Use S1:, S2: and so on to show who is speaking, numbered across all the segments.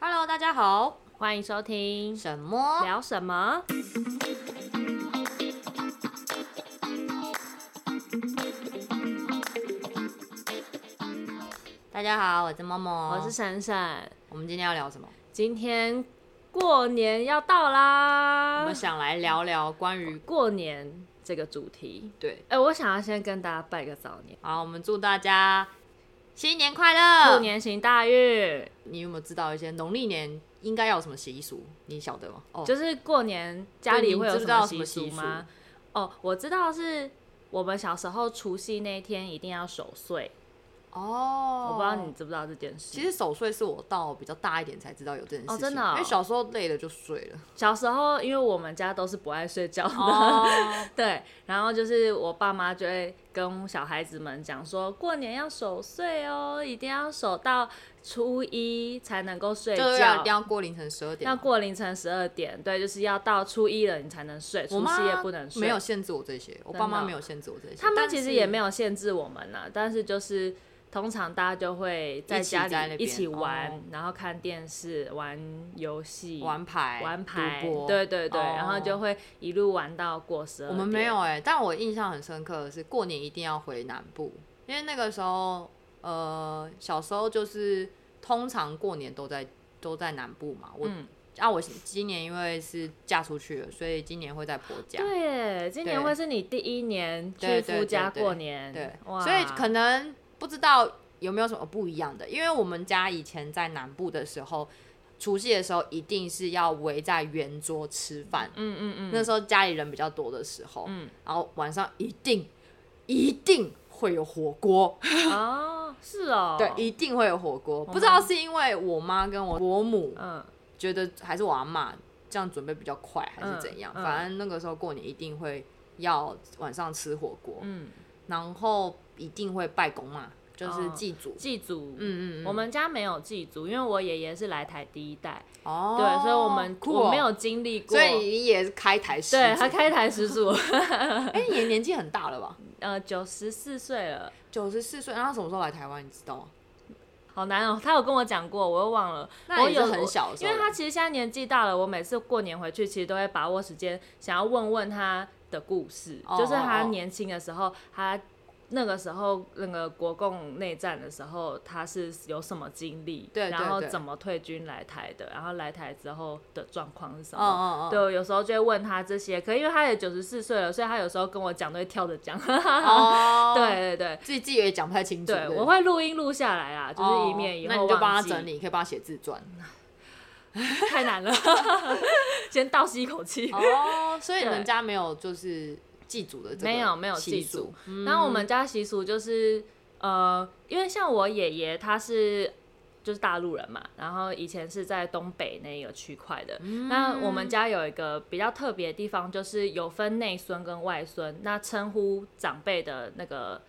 S1: Hello，大家好，
S2: 欢迎收听
S1: 什么？
S2: 聊什么？
S1: 大家好，我是默默，
S2: 我是。闪闪。
S1: 我们今天要聊什么？
S2: 今天过年要到
S1: 我
S2: 啦
S1: 们，想来聊聊关于
S2: 过年这个主题。
S1: 对，
S2: 哎、我想要先跟大家拜个早年，
S1: 好，我们祝大家新年快乐！
S2: 兔，年行大运，
S1: 你有没有知道一些农历年应该要有什么习俗？你晓得吗？哦，
S2: 就是过年家
S1: 对
S2: 里
S1: 你
S2: 会有
S1: 知不
S2: 什
S1: 知道
S2: 么
S1: 什
S2: 习
S1: 么
S2: 俗
S1: 习俗
S2: 吗？哦，我知道是我们小时候除夕那天一定要守岁，
S1: 哦，
S2: 我不知道你。知不知道这件事。
S1: 其实守岁是我到比较大一点才知道有这件事情，
S2: 哦真的哦
S1: 因为小时候累了就睡 了。
S2: 小时候，因为我们家都是不爱睡觉的，
S1: 哦，
S2: 对，然后就是我爸妈就会跟小孩子们讲说，过年要守岁哦，一定要守到初一才能够 睡
S1: 就是要一
S2: 觉
S1: 定，要过凌晨十二点
S2: 要。过凌晨十二点，对，就是要到初一了你才能睡，
S1: 我
S2: 除
S1: 妈
S2: 夕也不能睡。
S1: 没有，限制我这些，我
S2: 真
S1: 爸妈
S2: 的哦
S1: 没有限制我这些。
S2: 他们
S1: 但
S2: 其
S1: 是
S2: 实也没有限制我们啦，但是就是通常大家就会在
S1: 一起
S2: 家
S1: 在那
S2: 里一
S1: 边
S2: 起玩，
S1: 哦
S2: 然后看电视、玩游戏、
S1: 玩牌、
S2: 玩牌
S1: 赌博，
S2: 对对对，然后
S1: 哦
S2: 就会一路玩到过十二
S1: 我们没有哎、但我印象很深刻的是，过年一定要回南部，因为那个时候，呃，小时候就是通常过年都在都在南部嘛。我、
S2: 嗯
S1: 啊，我今年因为是嫁出去了，所以今年会在婆家。
S2: 对耶，今年
S1: 对
S2: 会是你第一年去
S1: 对对
S2: 夫
S1: 对
S2: 家
S1: 对
S2: 过年，
S1: 对，
S2: 哇嗯
S1: 所以可能不知道有没有什么不一样的，因为我们家以前在南部的时候，除夕的时候一定是要围在圆桌吃饭，
S2: 嗯嗯嗯，
S1: 那时候家里人比较多的时候，
S2: 嗯
S1: 然后晚上一定一定会有火锅，
S2: 哦，是哦，
S1: 对，一定会有火锅。不知道是因为我妈跟我伯母
S2: 嗯，
S1: 觉得还是我阿妈这样准备比较快，还是怎样？
S2: 嗯嗯
S1: 反正那个时候过年一定会要晚上吃火锅，
S2: 嗯
S1: 然后一定会拜公嘛，就是
S2: 哦
S1: 祭祖。
S2: 祭祖，
S1: 嗯嗯嗯，
S2: 我们家没有祭祖，因为我爷爷是来台第一代，
S1: 哦，
S2: 对，所以我们、
S1: 酷哦
S2: 我没有经历过，
S1: 所以你也是开台式，
S2: 对他开台始祖，
S1: 哎，你的年纪很大了吧？
S2: 呃，九十四岁了。
S1: 九十四岁，那他什么时候来台湾？你知道吗？
S2: 好难哦，他有跟我讲过，我又忘了。
S1: 那
S2: 我
S1: 也是
S2: 有
S1: 很小的时
S2: 因
S1: 候
S2: 为
S1: 了
S2: 他其实现在年纪大了，我每次过年回去，其实都会把握时间，想要问问他的故事，
S1: 哦
S2: 就是他
S1: 哦哦
S2: 年轻的时候，他那个时候那个国共内战的时候，他是有什么经历，
S1: 对对
S2: 然后
S1: 对
S2: 怎么退军来台的，然后来台之后的状况是什
S1: 哦
S2: 么。
S1: 哦哦，
S2: 对，我有时候就会问他这些，可因为他也九十四岁了，所以他有时候跟我讲都会跳着讲。
S1: 哦，
S2: 对对对，
S1: 自己自己也讲不太清楚。
S2: 对，
S1: 不
S2: 我会录音录下来啦，就是以免以
S1: 哦、那
S2: 后
S1: 你就帮
S2: 忘
S1: 他
S2: 记。
S1: 整理，可以帮他写自 传。
S2: 太难了， 先倒吸一口气。
S1: 哦， 所以你
S2: 对
S1: 们家没有就是祭祖的这个
S2: 没有没有
S1: 习
S2: 祭
S1: 俗嗯
S2: 祖，，然后我们家习俗就是呃，因为像我爷爷他是。就是大陆人嘛，然后以前是在东北那个区块的。
S1: 嗯
S2: 那我们家有一个比较特别的地方，就是有分内孙跟外孙，那称呼长辈的那个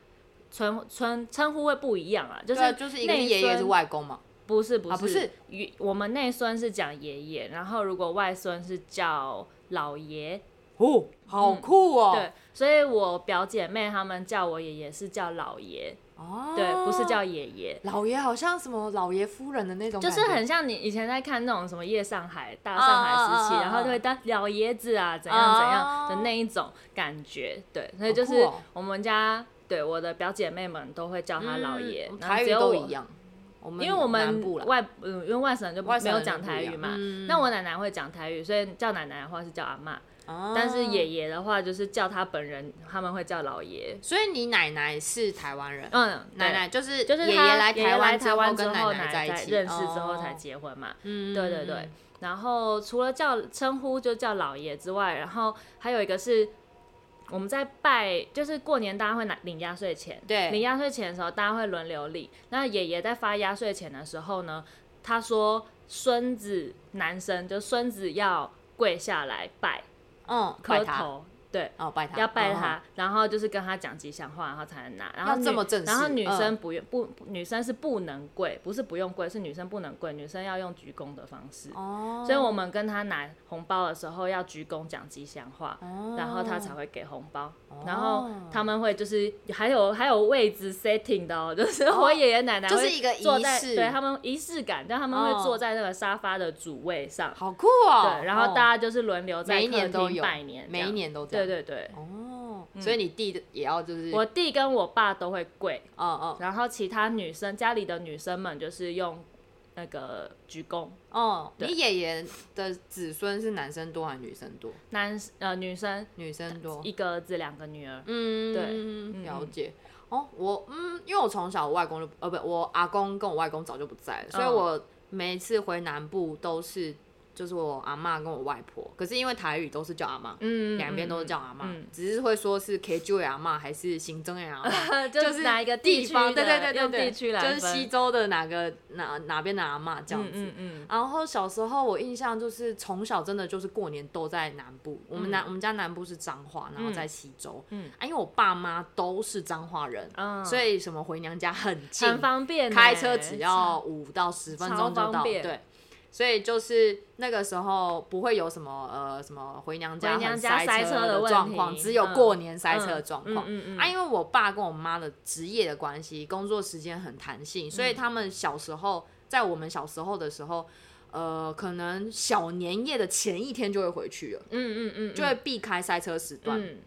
S2: 称称称呼会不一样啊，
S1: 就
S2: 就
S1: 是是就是一个是爷爷
S2: 内
S1: 是
S2: 孙
S1: 外公嘛，
S2: 不是不是、
S1: 啊不是
S2: 与，我们内孙是讲爷爷，然后如果外孙是叫老爷，
S1: 哦，好酷哦，
S2: 对，所以我表姐妹她们叫我爷爷是叫老爷，
S1: 哦，
S2: 对，不是叫爷爷。
S1: 老爷，好像什么老爷夫人的那种
S2: 就
S1: 感觉，
S2: 是很像你以前在看那种什么夜上海、大上海时期，
S1: 啊啊啊啊
S2: 然后就会当老爷子啊，怎样怎样
S1: 啊
S2: 的那一种感觉。对，所以就
S1: 好
S2: 是
S1: 酷哦
S2: 我们家对我的表姐妹们都会叫他
S1: 嗯
S2: 啊老爷，然后
S1: 台
S2: 只
S1: 语
S2: 有
S1: 都
S2: 我
S1: 一样，我们
S2: 因为我
S1: 南部
S2: 们
S1: 啦，
S2: 外嗯，因为外省人就
S1: 外
S2: 没
S1: 省
S2: 有
S1: 人就
S2: 讲台语嘛
S1: 不一样嗯。
S2: 那我奶奶会讲台语，所以叫奶奶的话是叫阿妈，
S1: 哦
S2: 但是爷爷的话就是叫他本人，他们会叫老爷。
S1: 所以你奶奶是台湾人，
S2: 嗯，
S1: 奶奶就是
S2: 对就是
S1: 爷爷
S2: 他
S1: 来
S2: 爷爷
S1: 台湾
S2: 台
S1: 之后
S2: 湾
S1: 跟
S2: 奶
S1: 奶在一起
S2: 认识之后
S1: 哦
S2: 才结婚嘛。
S1: 嗯，
S2: 对对对。然后除了叫称呼就叫老爷之外，然后还有一个是我们在拜，就是过年大家会拿领压岁钱，
S1: 对
S2: 领压岁钱的时候大家会轮流领。那爷爷在发压岁钱的时候呢，他说孙子男生就孙子要跪下来拜
S1: 嗯，
S2: 磕
S1: 拜他，
S2: 头，对，
S1: 哦，拜他
S2: 要拜
S1: 嗯
S2: 他，然后就是跟他讲吉祥话，然后才能拿。然
S1: 要
S2: 后女
S1: 这么正式
S2: 然后女
S1: 嗯
S2: 生不用不女生是不能跪，不是不用跪，是女生不能跪，女生要用鞠躬的方式。
S1: 哦，
S2: 所以我们跟他拿红包的时候要鞠躬讲吉祥话，
S1: 哦
S2: 然后他才会给红包。
S1: 哦
S2: 然后他们会就是还有还有位置 setting 的哦， 就是我爷爷奶奶
S1: 就是
S2: 会
S1: 一个仪
S2: 坐在
S1: 式
S2: 对他们仪式感，但他们
S1: 哦
S2: 会坐在那个沙发的主位上，
S1: 好酷哦，
S2: 对，然后大家就是轮流在
S1: 每一
S2: 客
S1: 年都
S2: 厅
S1: 有
S2: 拜年，
S1: 每一。年都这
S2: 对
S1: 样，
S2: 对对，
S1: 哦，所以你弟的也要就是，
S2: 我弟跟我爸都会跪，
S1: 哦哦
S2: 然后其他女生家里的女生们就是用那个鞠躬，
S1: 哦，
S2: 对
S1: 你爷爷的子孙是男生多还是女生多？
S2: 男呃女生
S1: 女生多，
S2: 一个儿子两个女儿，
S1: 嗯，
S2: 对
S1: 对
S2: 嗯
S1: 了解。哦，我嗯，因为我从小我外公就呃不，我阿公跟我外公早就不在了，所以
S2: 嗯
S1: 我每一次回南部都是就是我阿妈跟我外婆，可是因为台语都是叫阿妈，
S2: 嗯，
S1: 两边都是叫阿妈，
S2: 嗯嗯
S1: 只是会说是 K 九阿妈还是行政阿妈。
S2: 嗯 就是哪一个
S1: 地
S2: 区
S1: 方，
S2: 的
S1: 对对对对
S2: 用
S1: 对，
S2: 地区来
S1: 就是
S2: 分
S1: 西周的哪个哪哪边的阿妈这样子。
S2: 嗯嗯
S1: 然后小时候我印象就是从小真的就是过年都在南部，我们南、我们家南部是彰化，然后在西周，
S2: 嗯
S1: 啊，因为我爸妈都是彰化人，
S2: 嗯，
S1: 所以什么回娘家很
S2: 以
S1: 近，
S2: 很方便欸，
S1: 开车只要五到十分钟就
S2: 超
S1: 到，
S2: 方便
S1: 对。所以就是那个时候不会有什么呃什么回娘家
S2: 回娘
S1: 很
S2: 家塞
S1: 车
S2: 车的问
S1: 状况，
S2: 题
S1: 只有
S2: 嗯
S1: 过年塞车的状况。
S2: 嗯嗯嗯嗯
S1: 啊，因为我爸跟我妈的职业的关系，工作时间很弹性，
S2: 嗯
S1: 所以他们小时候在我们小时候的时候，呃，可能小年夜的前一天就会回去了，
S2: 嗯嗯嗯，
S1: 就会避开塞车时段。
S2: 嗯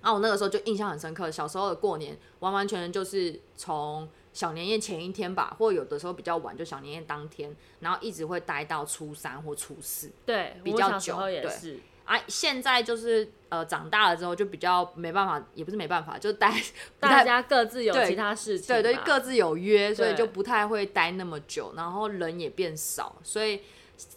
S1: 啊，我那个时候就印象很深刻，小时候的过年完完全全就是从小年夜前一天吧，或有的时候比较晚，就小年夜当天，然后一直会待到初三或初四。
S2: 对，
S1: 比
S2: 我
S1: 较
S2: 小时
S1: 久
S2: 候也
S1: 对
S2: 是，
S1: 啊，现在就是呃长大了之后就比较没办法，也不是没办法，就待不
S2: 大
S1: 太
S2: 家各自有
S1: 对
S2: 其他事情嘛，
S1: 对对，各自有约，所以
S2: 对
S1: 就不太会待那么久，然后人也变少，所以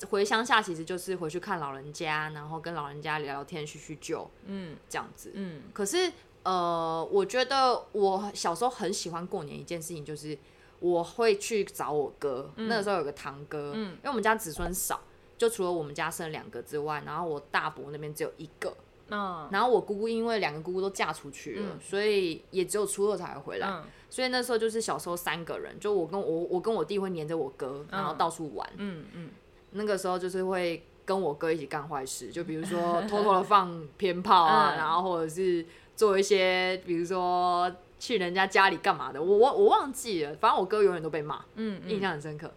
S1: 回乡下其实就是回去看老人家，然后跟老人家聊聊天、叙叙旧
S2: 嗯
S1: 这样子。
S2: 嗯
S1: 可是呃，我觉得我小时候很喜欢过年一件事情，就是我会去找我哥，那个时候有个堂哥，
S2: 嗯
S1: 因为我们家子孙少，就除了我们家生两个之外，然后我大伯那边只有一个，
S2: 嗯
S1: 然后我姑姑因为两个姑姑都嫁出去了，
S2: 嗯
S1: 所以也只有初二才会回来，
S2: 嗯
S1: 所以那时候就是小时候三个人，就我跟我我跟我弟会黏着我哥，然后到处玩，
S2: 嗯嗯，
S1: 那个时候就是会跟我哥一起干坏 事，就比如说偷偷的放鞭炮啊，
S2: 嗯
S1: 然后或者是做一些，比如说去人家家里干嘛的，我我我忘记了，反正我哥永远都被骂，
S2: 嗯嗯
S1: 印象很深刻。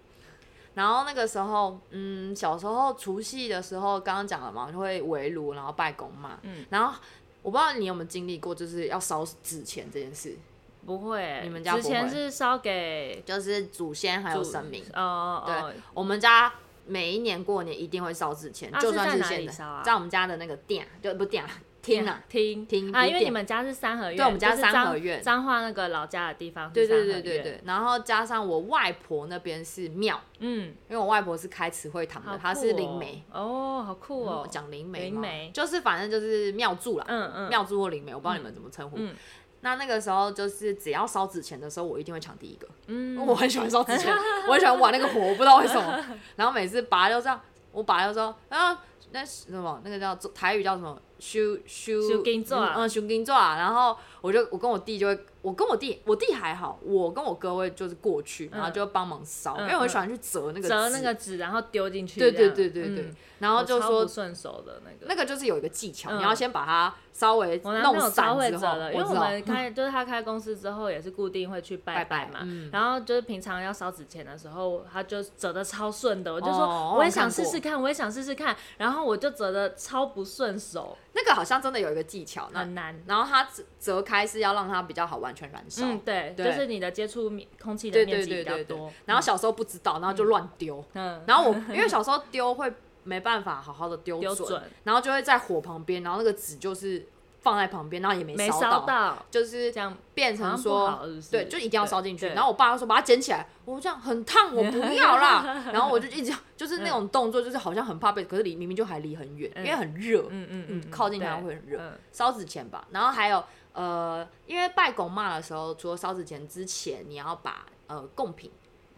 S1: 然后那个时候，嗯，小时候除夕的时候，刚刚讲了嘛，就会围炉，然后拜公嘛，
S2: 嗯
S1: 然后我不知道你有没有经历过，就是要烧纸钱这件事，
S2: 不会欸，
S1: 你们家
S2: 之
S1: 不
S2: 前
S1: 会
S2: 是烧给
S1: 就是祖先还有神明，
S2: 哦哦，
S1: 对
S2: 哦
S1: 我们家每一年过年一定会烧纸钱，
S2: 啊
S1: 就算
S2: 是在哪
S1: 现
S2: 里
S1: 在，
S2: 烧啊
S1: 在我们家的那个店，就不店啊，厅啊，
S2: 厅
S1: 厅
S2: 啊，
S1: 不
S2: 因为
S1: 店
S2: 你们家是三合院，
S1: 对我们家
S2: 就是
S1: 三
S2: 彰
S1: 合院
S2: 彰化那个老家的地方，
S1: 对对对
S2: 啊
S1: 对，对。然后加上我外婆那边是庙，
S2: 嗯，
S1: 因为我外婆是开慈惠堂
S2: 好
S1: 的，
S2: 酷
S1: 她是灵
S2: 哦
S1: 媒，
S2: 哦，好酷
S1: 我
S2: 哦，
S1: 讲灵媒
S2: 灵
S1: 吗
S2: 媒
S1: 就是反正就是庙祝啦，
S2: 嗯 嗯，
S1: 庙祝或灵媒，我不知道你们怎么称呼。
S2: 嗯
S1: 那那个时候就是只要烧纸钱的时候，我一定会抢第一个。
S2: 嗯
S1: 我很喜欢烧纸钱， 我很喜欢玩那个火，我不知道为什 么。然后每次拔就这样，我拔就说，啊，那什么那个叫做台语叫什么修修
S2: 修金纸啊
S1: 嗯，修金座啊。然后我就我跟我弟就会，我跟我弟我弟还好，我跟我哥会就是过去，然后就帮忙烧，
S2: 嗯
S1: 因为我很喜欢去折那个
S2: 折那
S1: 纸
S2: 个，纸，然后丢进去这
S1: 对
S2: 样，
S1: 对对对对
S2: 嗯，。
S1: 然后
S2: 我
S1: 就
S2: 超
S1: 说
S2: 不顺手的那个。
S1: 那个就是有一个技巧，
S2: 嗯
S1: 你要先把它稍微
S2: 我男朋
S1: 弄
S2: 友
S1: 散
S2: 超会
S1: 之
S2: 折
S1: 后，
S2: 的，因为
S1: 知
S2: 我
S1: 道嗯
S2: 们开就是他开公司之后也是固定会去拜
S1: 拜
S2: 拜
S1: 拜
S2: 嘛，
S1: 嗯
S2: 然后就是平常要烧纸钱的时候，他就折的超顺的，我就说、
S1: 哦
S2: 我
S1: 我
S2: 也
S1: 看
S2: 想
S1: 过
S2: 试试看，我也想试试看，然后我就折的超不顺手，
S1: 那个好像真的有一个技巧，那
S2: 很难。
S1: 然后它折折开是要让它比较好完全燃烧。
S2: 嗯，对，
S1: 对
S2: 就是你的接触面空气的
S1: 对
S2: 面
S1: 对
S2: 积比
S1: 对
S2: 较
S1: 对
S2: 多
S1: 对。。然后小时候不知道，然后就乱丢。
S2: 嗯，
S1: 然后我因为小时候丢会没办法好好的丢
S2: 丢
S1: 准，
S2: 准
S1: 然后就会在火旁边，然后那个纸就是放在旁边，然后也没
S2: 没
S1: 烧
S2: 烧到，
S1: 就是
S2: 这样
S1: 变
S2: 好
S1: 成
S2: 像不
S1: 说
S2: 好是不是
S1: 对，就一定要烧进去。
S2: 对对
S1: 然后我爸就说把它捡起来，我这样很烫，我不要 啦。然后我就一直就是那种动作，就是好像很怕被，可是离明明就还离很远，因
S2: 嗯
S1: 为很热。
S2: 嗯嗯
S1: 嗯靠近它
S2: 对
S1: 会很热
S2: 嗯
S1: 烧纸钱吧，然后还有呃，因为拜公妈的时候，除了烧纸钱之前，你要把呃贡品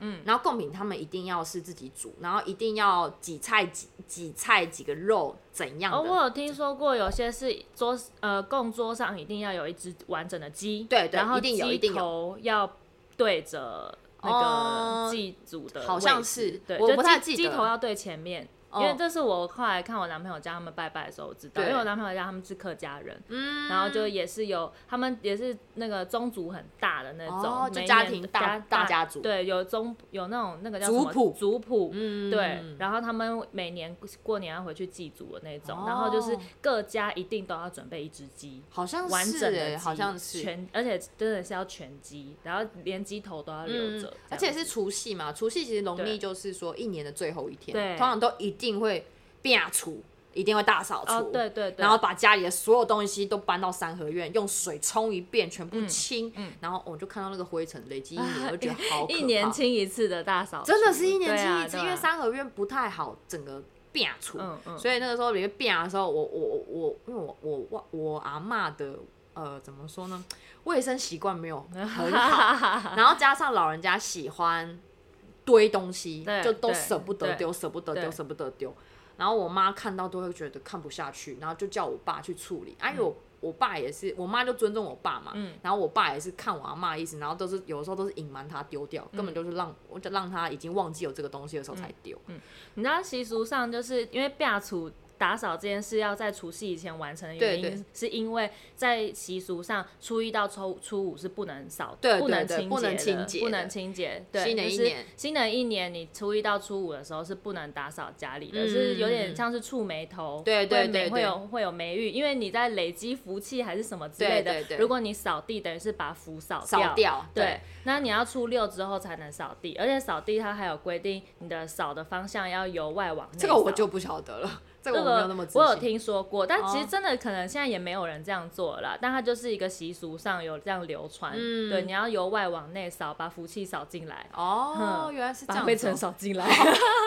S1: 嗯，然后贡品他们一定要是自己煮，然后一定要几菜几几菜几个肉怎样的，
S2: 哦，我有听说过，有些是桌呃供桌上一定要有一只完整的鸡，
S1: 对对
S2: 然后
S1: 一定有一
S2: 鸡
S1: 定有
S2: 头要对着那
S1: 哦
S2: 个祭祖的位置、
S1: 好像是
S2: 对，
S1: 我
S2: 就
S1: 不太
S2: 鸡
S1: 记得哦
S2: 鸡头要对前面。因为这是我后来看我男朋友家他们拜拜的时候我知道，
S1: 对
S2: 因为我男朋友家他们是客家人，
S1: 嗯，
S2: 然后就也是有他们也是那个宗族很大的那种，
S1: 哦就
S2: 每一
S1: 家
S2: 年
S1: 庭
S2: 都
S1: 大
S2: 家
S1: 大家族
S2: 对，有宗有那种那个叫什
S1: 族
S2: 么
S1: 谱
S2: 族谱，
S1: 嗯
S2: 对，然后他们每年过年要回去祭祖的那种，然后就是
S1: 哦
S2: 各家一定都要准备一只鸡，
S1: 好像
S2: 完
S1: 是
S2: 整
S1: 欸
S2: 的鸡，
S1: 好像是
S2: 全，而且真的是要全鸡，然后连鸡头都要留着，
S1: 嗯而且
S2: 这样
S1: 是
S2: 子
S1: 除夕嘛，除夕其实农历
S2: 对
S1: 就是说一年的最后一天，
S2: 对
S1: 通常都一定会变啊除，一定会大扫除，
S2: 哦，对对对，
S1: 然后把家里的所有东西都搬到三合院，用水冲一遍，全
S2: 嗯
S1: 部清，然后我就看到那个灰尘累积一年，我就觉得好可怕，
S2: 啊 一年清一次的大扫除，
S1: 真的是一年
S2: 对
S1: 清
S2: 啊
S1: 一次，
S2: 对啊
S1: 因为三合院不太好整个变除，
S2: 嗯嗯
S1: 所以那个时候里面变的时候，我我我因为我我我我阿嬷的呃怎么说呢，卫生习惯没有很 好，然后加上老人家喜欢堆东西，
S2: 对
S1: 就都
S2: 对
S1: 舍不得
S2: 对
S1: 丢，舍不得丢，
S2: 对
S1: 舍不得丢。然后我妈看到都会觉得看不下去，然后就叫我爸去处理。哎、啊，因为我我爸也是，我妈就尊重我爸嘛，
S2: 嗯
S1: 然后我爸也是看我阿妈意思，然后都是有的时候都是隐瞒他丢
S2: 嗯
S1: 掉，根本就是让我就让他已经忘记有这个东西的时候才丢。
S2: 嗯你知道习俗上就是因为罢除打扫这件事要在除夕以前完成的原因，
S1: 对对
S2: 是因为在习俗上初一到初初五是不能扫，
S1: 对对
S2: 不
S1: 对
S2: 能清洁的，
S1: 不能清洁的
S2: 不能清洁。对，
S1: 新的一
S2: 就是
S1: 年
S2: 新的一年你初一到初五的时候是不能打扫家里的，
S1: 嗯
S2: 是有点像是触霉头，
S1: 对对
S2: 会霉
S1: 对对
S2: 会有会有霉运，因为你在累积福气还是什么之类的。
S1: 对对对
S2: 如果你扫地，等于是把福扫
S1: 扫掉
S2: 对，那你要初六之后才能扫地，而且扫地它还有规定，你的扫的方向要由外往内扫。
S1: 这个我就不晓得了，这
S2: 这
S1: 个
S2: 个
S1: 我没有那么仔细。
S2: 我有听说过，但其
S1: 哦
S2: 实真的可能现在也没有人这样做了啦，但它就是一个习俗上有这样流传。
S1: 嗯
S2: 对，你要由外往内扫，把福气扫进来，
S1: 哦，
S2: 嗯
S1: 原来是这
S2: 把
S1: 样
S2: 灰
S1: 子
S2: 尘
S1: 哦，
S2: 扫进来，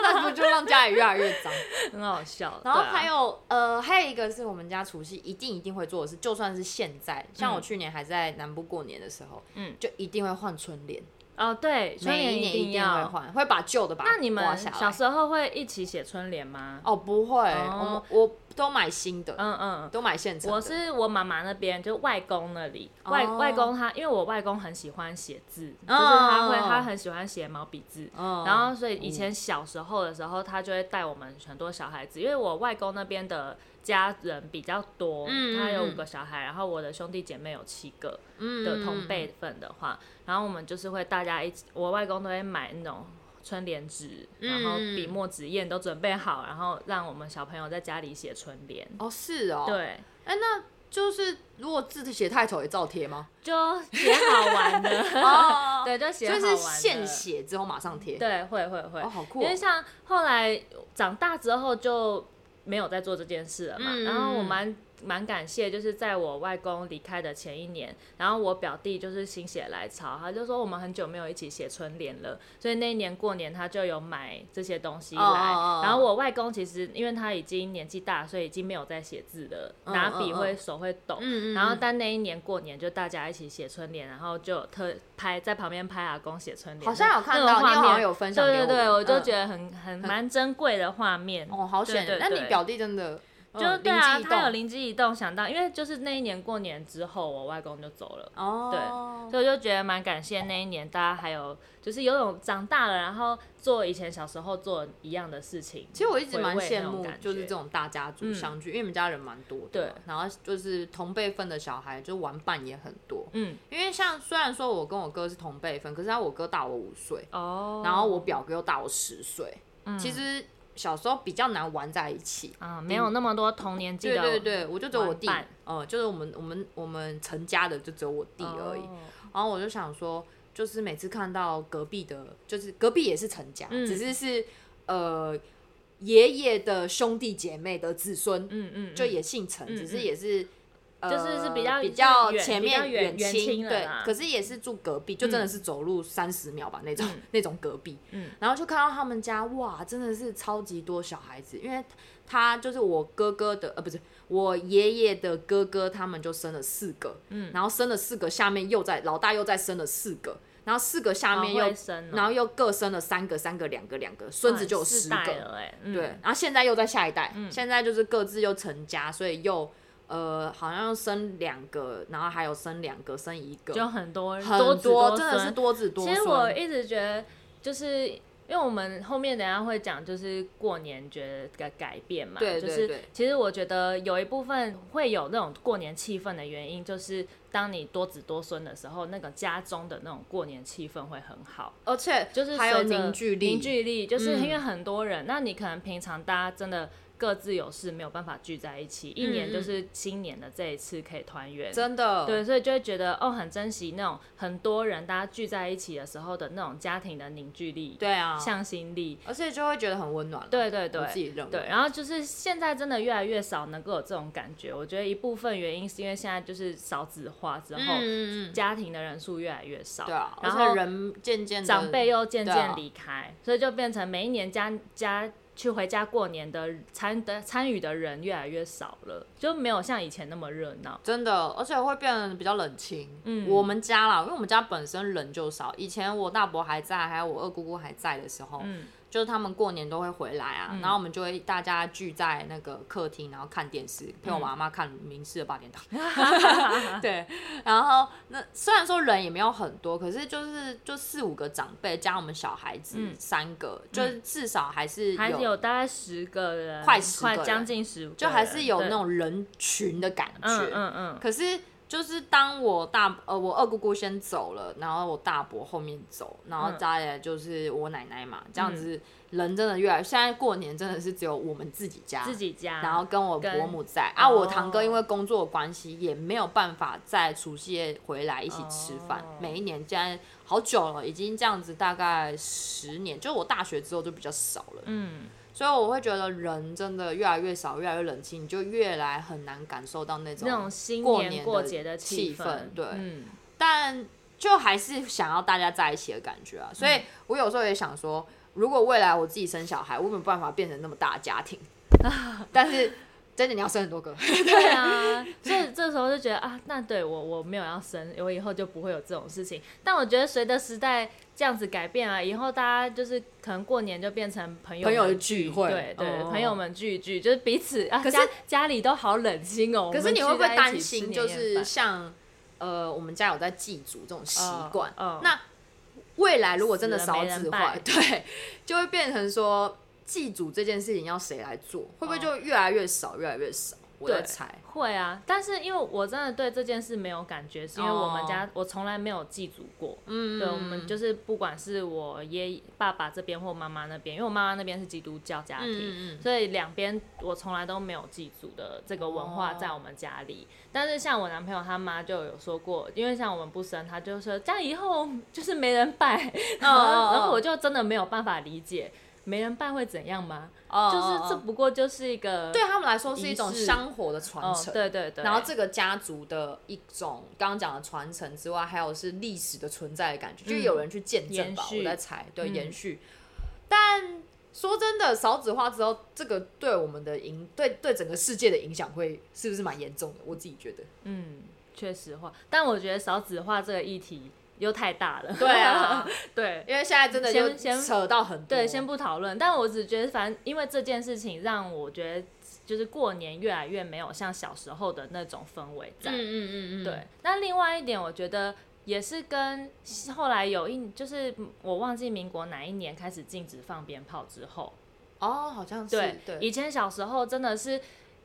S1: 那不就让家里越来越 脏？
S2: 很好笑。
S1: 然后
S2: 对啊
S1: 还有、呃，还有一个是我们家除夕一定一定会做的事，就算是现在，像我去年还在南部过年的时候，
S2: 嗯
S1: 就一定会换春联，
S2: 哦，对，春
S1: 每
S2: 联
S1: 一年一
S2: 定
S1: 定会
S2: 要。
S1: 换，会把旧的把它
S2: 那你
S1: 刮
S2: 们
S1: 下来
S2: 小时候会一起写春联吗？
S1: 哦不会，
S2: 哦
S1: 我我都买新的，
S2: 嗯嗯，
S1: 都买现成的。
S2: 我是我妈妈那边，就外公那里，
S1: 哦
S2: 外外公他，因为我外公很喜欢写字，
S1: 哦
S2: 就是他会他很喜欢写毛笔字。
S1: 嗯，
S2: 然后，所以以前小时候的时候，他就会带我们很多小孩子，因为我外公那边的家人比较多，
S1: 嗯
S2: 他有
S1: 嗯
S2: 五个小孩，然后我的兄弟姐妹有七个
S1: 嗯
S2: 的同辈份的话，然后我们就是会大家一起，我外公都会买那种春联纸，然后笔
S1: 嗯
S2: 墨纸砚都准备好，然后让我们小朋友在家里写春联。
S1: 哦是哦，，
S2: 对，
S1: 哎那就是如果字写太丑也照贴吗？
S2: 就写好玩的，
S1: 哦，
S2: 对，就写好
S1: 所以
S2: 玩
S1: 是
S2: 的。
S1: 现写之后马上贴，
S2: 对，会会会，
S1: 哦好酷
S2: 因为
S1: 哦，
S2: 像后来长大之后就没有再做这件事了嘛，
S1: 嗯
S2: 然后我蛮蛮感谢，就是在我外公离开的前一年，然后我表弟就是心血来潮，他就说我们很久没有一起写春联了，所以那一年过年他就有买这些东西来，
S1: 哦哦哦
S2: 然后我外公其实因为他已经年纪大，所以已经没有在写字了，
S1: 嗯
S2: 拿笔
S1: 嗯
S2: 会、
S1: 嗯
S2: 手会抖，
S1: 嗯
S2: 然后但那一年过年就大家一起写春联，然后就有特拍在旁边拍阿公写春联，
S1: 好哦像有看
S2: 那种
S1: 到
S2: 画
S1: 你有
S2: 面
S1: 好像有分享给
S2: 对对对，
S1: 我
S2: 我就
S1: 嗯
S2: 觉得很很蛮珍贵的画面。
S1: 哦好险
S2: 对，对
S1: 那你
S2: 对
S1: 表弟真的
S2: 就
S1: 嗯
S2: 对啊，
S1: 灵机一
S2: 他有
S1: 动
S2: 灵机一动想到，因为就是那一年过年之后，我外公就走了，
S1: 哦，
S2: 所以我就觉得蛮感谢那一年大家还有就是有种长大了，然后做以前小时候做一样的事情。
S1: 其实我一直蛮
S2: 回味
S1: 羡
S2: 那种
S1: 慕
S2: 感，觉嗯
S1: 就是这种大家族相聚，因为你们家人蛮多的嘛，
S2: 对
S1: 然后就是同辈分的小孩，就玩伴也很多。
S2: 嗯
S1: 因为像虽然说我跟我哥是同辈分，可是他我哥大我五岁，
S2: 哦，
S1: 然后我表哥又大我十岁。其实小时候比较难玩在一起。
S2: 嗯啊没有那么多同年纪
S1: 对
S2: 的
S1: 对对，我就只有我弟
S2: 哦玩伴，
S1: 嗯，就是我们我们我们成家的就只有我弟而已。
S2: 哦
S1: 然后我就想说，就是每次看到隔壁的，就是隔壁也是成家，
S2: 嗯
S1: 只是是呃爷爷的兄弟姐妹的子孙，
S2: 嗯嗯，
S1: 就
S2: 嗯
S1: 也姓陈，
S2: 嗯
S1: 只是也是。
S2: 就是是比较
S1: 呃比
S2: 是
S1: 较
S2: 远
S1: 前
S2: 比较
S1: 面
S2: 远远
S1: 亲，
S2: 亲了
S1: 对
S2: 啦，
S1: 可是也是住隔壁，就真的是走路三十秒吧那种 那种隔壁，
S2: 嗯
S1: 然后就看到他们家哇，真的是超级多小孩子，因为他就是我哥哥的，呃，不是我爷爷的哥哥，他们就生了四个，
S2: 嗯
S1: 然后生了四个，下面又在老大又再生了四个，然后四个下面
S2: 好
S1: 又
S2: 会，生哦
S1: 然后又各生了三个，三个两个两个，孙子就有
S2: 哇四
S1: 十
S2: 代
S1: 个，
S2: 了哎，嗯
S1: 对，，然后现在又在下一代，现在就是各自又成家，所以又呃好像又生两个，然后还有生两个，生一个，
S2: 就很多
S1: 很多
S2: 多子多
S1: 真的是
S2: 孙
S1: 多子多
S2: 其
S1: 孙。
S2: 实我一直觉得，就是因为我们后面等一下会讲，就是过年觉得的改变嘛，
S1: 对
S2: 就
S1: 对
S2: 是
S1: 对
S2: 其实我觉得有一部分会有那种过年气氛的原因，就是当你多子多孙的时候，那个家中的那种过年气氛会很好。
S1: 而且
S2: 就是
S1: 还有
S2: 随着
S1: 凝聚力
S2: 凝聚力就是
S1: 嗯
S2: 因为很多人，那你可能平常大家真的各自有事，没有办法聚在一起，一年
S1: 嗯嗯
S2: 就是新年的这一次可以团圆，
S1: 真的
S2: 对，所以就会觉得哦，很珍惜那种很多人大家聚在一起的时候的那种家庭的凝聚力、
S1: 对啊，
S2: 向心力。
S1: 而且就会觉得很温暖了。
S2: 对对
S1: 我自
S2: 对。
S1: 己认为。
S2: 对，然后就是现在真的越来越少能够有这种感觉。我觉得一部分原因是因为现在就是少子化之后，
S1: 嗯嗯嗯，
S2: 家庭的人数越来越少，
S1: 对啊，
S2: 然
S1: 而
S2: 后
S1: 且人渐渐地
S2: 长辈又渐
S1: 对
S2: 渐
S1: 啊
S2: 离开，所以就变成每一年家家去回家过年的参的参与的人越来越少了，就没有像以前那么热闹。
S1: 真的，而且会变得比较冷清。
S2: 嗯
S1: 我们家啦，因为我们家本身人就少，以前我大伯还在，还有我二姑姑还在的时候，
S2: 嗯，
S1: 就是他们过年都会回来啊，然后我们就会大家聚在那个客厅，然后看电视，
S2: 嗯
S1: 陪我妈妈看《明视的八点档》 对，然后那虽然说人也没有很多，可是就是就四五个长辈加我们小孩子
S2: 嗯
S1: 三个，就是至少还是
S2: 还是有大概十个人，
S1: 快10个人
S2: 将近十，
S1: 就还是有那
S2: 对
S1: 种人群的感觉。
S2: 嗯嗯嗯，
S1: 可是就是当我大呃我二姑姑先走了，然后我大伯后面走，然后
S2: 嗯
S1: 再来就是我奶奶嘛，这样子人真的越来，现在过年真的是只有我们自己家，
S2: 自己家，
S1: 然后跟我伯母在
S2: 跟
S1: 啊，
S2: 哦
S1: 我堂哥因为工作的关系也没有办法在除夕夜回来一起吃饭。
S2: 哦
S1: 每一年现在好久了，已经这样子大概十年，就我大学之后就比较少了，
S2: 嗯，
S1: 所以我会觉得人真的越来越少，越来越冷清，你就越来很难感受到那种
S2: 那种新
S1: 过
S2: 年
S1: 年
S2: 过
S1: 的
S2: 节的
S1: 气
S2: 氛
S1: 氛，对
S2: 嗯
S1: 但就还是想要大家在一起的感觉啊。所
S2: 嗯
S1: 以我有时候也想说，如果未来我自己生小孩，我有没有办法变成那么大的家 庭？但是真的你要生很多个，
S2: 对啊，这这时候就觉得啊，那对我我没有要生，我以后就不会有这种事情。但我觉得随着时代这样子改变啊，以后大家就是可能过年就变成朋友
S1: 朋友
S2: 们
S1: 的聚会
S2: 对对，
S1: 哦
S2: 朋友们聚一聚，就是彼此啊，
S1: 可是
S2: 家家里都好冷清哦。
S1: 可是
S2: 我们
S1: 你会不会
S2: 聚在一起
S1: 担
S2: 吃
S1: 心，
S2: 年
S1: 就
S2: 夜
S1: 是
S2: 饭
S1: 像呃我们家有在祭祖这种习惯，
S2: 嗯嗯
S1: 那未来如果真的
S2: 死了
S1: 少
S2: 没人
S1: 子化
S2: 拜，
S1: 对，就会变成说祭祖这件事情要谁来做，会不会就越来越少，越来越少？我在
S2: 嗯对
S1: 猜，
S2: 会啊，但是因为我真的对这件事没有感觉，是因为我们
S1: 哦
S2: 家、我从来没有祭祖过。
S1: 嗯
S2: 对，我们就是不管是我爷爸爸这边或妈妈那边，因为我妈妈那边是基督教家庭，
S1: 嗯嗯
S2: 所以两边我从来都没有祭祖的这个文化
S1: 哦
S2: 在我们家里。但是像我男朋友他妈就有说过，因为像我们不生，他就说这样以后就是没人拜， 然后
S1: 哦哦
S2: 然后我就真的没有办法理解，没人拜会怎样吗？
S1: 哦
S2: 就是这
S1: 哦哦
S2: 不过就是一个
S1: 对他们来说是一
S2: 仪
S1: 种
S2: 式
S1: 香火的传
S2: 哦
S1: 承。，
S2: 对对对，
S1: 然后这个家族的一种刚刚讲的传承之外，还有是历史的存在的感觉，就有人去见证吧
S2: 嗯延。续
S1: 我在猜，对，
S2: 嗯
S1: 延续。但说真的，少子化之后，这个对我们的影，对对整个世界的影响会是不是蛮严重的？我自己觉得。
S2: 嗯，确实话，但我觉得少子化这个议题又太大了。
S1: 对啊， 哦
S2: 对
S1: 因为现在真的就
S2: 先先
S1: 扯到很多。
S2: 对，先不讨论。但我只觉得，反正因为这件事情，让我觉得就是过年越来越没有像小时候的那种氛围在。
S1: 嗯嗯嗯嗯，
S2: 对，那另外一点，我觉得也是跟后来有一，就是我忘记民国哪一年开始禁止放鞭炮之后，
S1: 哦，好像是
S2: 对
S1: 对，
S2: 以前小时候真的是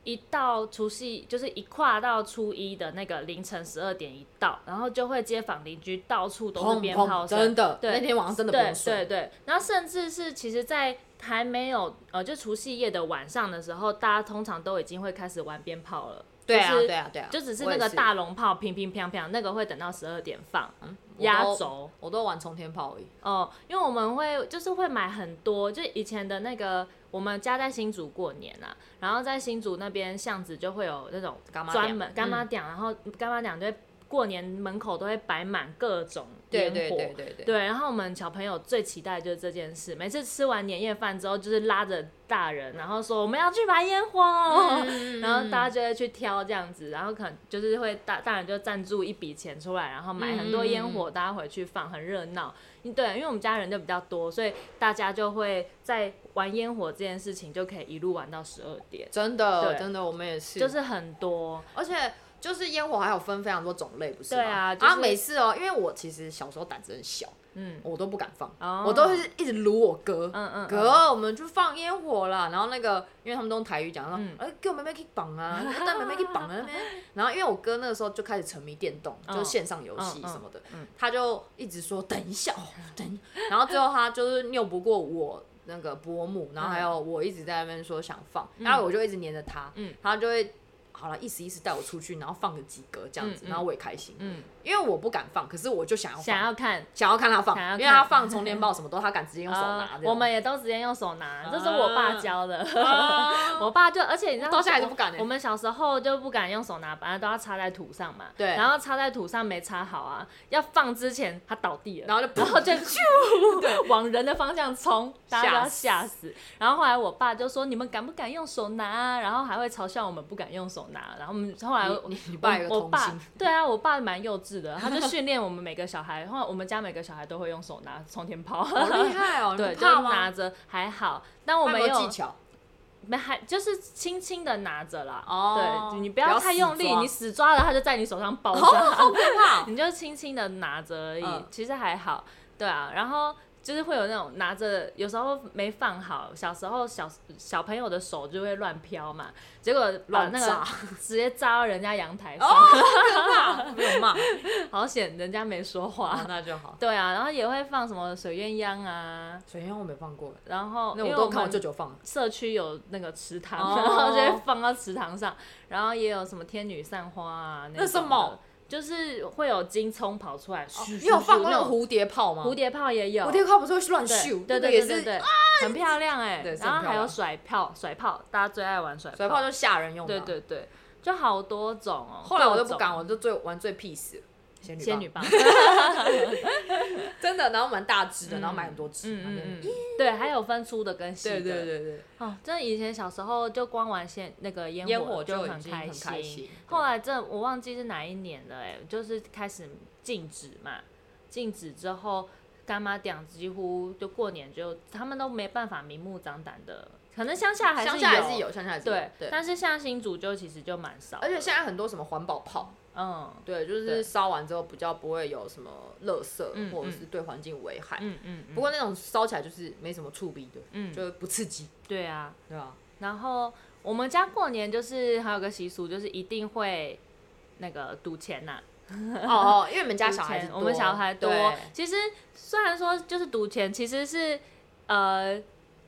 S2: 一到除夕，就是一跨到初一的那个凌晨十二点一到，然后就会街坊邻居到处都是
S1: 砰
S2: 鞭炮
S1: 砰，
S2: 声，
S1: 真的，
S2: 对
S1: 那天晚上真的不
S2: 对
S1: 用睡。
S2: 对对，然后甚至是其实，在还没有呃，就除夕夜的晚上的时候，大家通常都已经会开始玩鞭炮了。
S1: 对啊
S2: 就是
S1: 对啊对啊，
S2: 就只是
S1: 我
S2: 那
S1: 也
S2: 个大龙炮，乒乒乓乓，那个会等到十二点放
S1: 嗯我
S2: 压
S1: 都
S2: 轴。
S1: 我都玩冲天炮而已。
S2: 哦，因为我们会就是会买很多，就以前的那个我们家在新竹过年啊，然后在新竹那边巷子就会有那种
S1: 干妈
S2: 专
S1: 店嗯
S2: 门干妈店，然后干妈店就会过年门口都会摆满各种
S1: 对
S2: 烟
S1: 对
S2: 火。
S1: 对对对，
S2: 对，然后我们小朋友最期待就是这件事。每次吃完年夜饭之后，就是拉着大人，然后说我们要去买烟火哦、
S1: 嗯
S2: 然后大家就会去挑这样子，然后可能就是会大大人就赞助一笔钱出来，然后买很多烟
S1: 嗯
S2: 火，大家回去放，很热闹。嗯对，因为我们家人就比较多，所以大家就会在玩烟火这件事情就可以一路玩到十二点，
S1: 真的
S2: 对
S1: 真的，我们也是，
S2: 就是很多。
S1: 而且就是烟火还有分非常多种类，不是吗？
S2: 对啊就是
S1: 然后每次哦、因为我其实小时候胆子很小，
S2: 嗯，
S1: 我都不敢放，
S2: 哦
S1: 我都会一直撸我哥。
S2: 嗯嗯，
S1: 哥，我们去放烟火啦！然后那个，因为他们都用台语讲，说，
S2: 嗯
S1: 哎、给我妹妹去绑 啊，带妹妹去绑啊那边。然后因为我哥那个时候就开始沉迷电动，
S2: 嗯
S1: 就是线上游戏
S2: 嗯嗯
S1: 什么的，
S2: 嗯
S1: 他就一直说等一下，哦、等一下。然后最后他就是拗不过我那个伯母，然后还有我一直在那边说想放，然后我就一直黏着他，
S2: 嗯
S1: 他就会好了，意思意思带我出去，然后放个几格这样子，
S2: 嗯嗯
S1: 然后我也开心，
S2: 嗯，
S1: 因为我不敢放，可是我就想要放，
S2: 想要看
S1: 想要看他放，
S2: 想要
S1: 因
S2: 看
S1: 为他放充电宝什么都他敢直接用手拿
S2: 呃
S1: 的，
S2: 我们也都直接用手拿，这是
S1: 啊
S2: 我爸教的。
S1: 啊
S2: 我爸就，而且你知道，
S1: 我到现在还是
S2: 我
S1: 不敢欸
S2: 我们小时候就不敢用手拿，反正都要插在土上嘛。
S1: 对
S2: 然后插在土上没插好啊，要放之前它倒 地了，
S1: 然后就
S2: 然后就咻往人的方向冲，大家都要吓死。然后后来我爸就说：“你们敢不敢用手拿啊？”然后还会嘲笑我们不敢用手拿。然后我们后来我
S1: 你你你爸有个
S2: 我
S1: 童
S2: 爸
S1: 心，
S2: 对啊，我爸蛮幼稚的，他就训练我们每个小孩， 后来我们家每个小孩都会用手拿冲天炮。
S1: 好厉害哦，你
S2: 对，
S1: 不
S2: 就
S1: 怕
S2: 拿
S1: 吗？
S2: 着还好，但我
S1: 他
S2: 没
S1: 有没
S2: 有
S1: 有技 巧，
S2: 没还就是轻轻的拿着啦。
S1: 哦
S2: 对你不
S1: 不
S2: 要
S1: 要
S2: 太
S1: 死
S2: 用力，
S1: 抓
S2: 你死抓了它就在你手上包着，，
S1: 好可怕
S2: 你就轻轻的拿着而已，
S1: 嗯
S2: 其实还好。对啊，然后就是会有那种拿着，有时候没放好，小时候小小朋友的手就会乱飘嘛，结果把
S1: 乱
S2: 那
S1: 炸
S2: 个直接扎到人家阳台上，
S1: 哦，好 可怕，没 有骂，
S2: 好险人家没说
S1: 哦
S2: 话。
S1: 那就好。
S2: 对啊，然后也会放什么水鸳鸯啊，
S1: 水烟我没放过，
S2: 然后
S1: 那
S2: 因
S1: 我
S2: 为
S1: 都看我
S2: 们
S1: 舅舅放，
S2: 社区有那个池塘，
S1: 哦
S2: 然后就会放到池塘上，然后也有什么天女散花啊，那
S1: 那什
S2: 种的
S1: 么？
S2: 就是会有金葱跑出来，咻
S1: 你有
S2: 咻
S1: 放
S2: 咻
S1: 过那
S2: 那
S1: 种蝴蝶炮吗？
S2: 蝴蝶炮也有，
S1: 蝴蝶炮不是会乱
S2: 对
S1: 咻，那个
S2: 对对
S1: 也
S2: 对对
S1: 是啊
S2: 对，很漂亮哎
S1: 对。是很
S2: 然后还
S1: 漂
S2: 有
S1: 亮
S2: 甩炮，甩炮大家最爱玩甩
S1: 甩炮就吓人用的
S2: 对
S1: 啊。
S2: 对对，就好多种哦。
S1: 后来我
S2: 各
S1: 就
S2: 种
S1: 不敢，我就最玩最 peace 了仙女嗯
S2: 仙
S1: 棒
S2: 女 棒，
S1: 真的，然后蛮大只的，
S2: 嗯
S1: 然后买很多只，
S2: 嗯
S1: 然后
S2: 嗯
S1: 就
S2: 嗯，对，还有分粗的跟细的。
S1: 对对对对，
S2: 哦，真的以前小时候就光玩仙那个烟
S1: 烟火
S2: 就
S1: 就已
S2: 很
S1: 经很开心对
S2: 后来这我忘记是哪一年了、哎，就是开始禁止嘛，禁止之后，干妈店几乎就过年就他们都没办法明目张胆的，可能乡下还是
S1: 乡下还是有，乡下还是有
S2: 对，
S1: 对。
S2: 但是像新竹就其实就蛮少的，
S1: 而且现在很多什么环保炮，
S2: 嗯
S1: 对，就
S2: 对
S1: 是烧完之后比较不会有什么垃
S2: 嗯
S1: 圾或者是对环境危害。
S2: 嗯嗯嗯，
S1: 不过那种烧起来就是没什么触鼻的，
S2: 嗯
S1: 就是不刺激，
S2: 对啊，
S1: 对 吧？
S2: 然后我们家过年就是还有个习俗，就是一定会那个赌钱呐、
S1: 哦哦，因为你们家小孩
S2: 赌
S1: 子
S2: 钱
S1: 多，
S2: 我们小孩多
S1: 对。
S2: 其实虽然说就是赌钱，其实是呃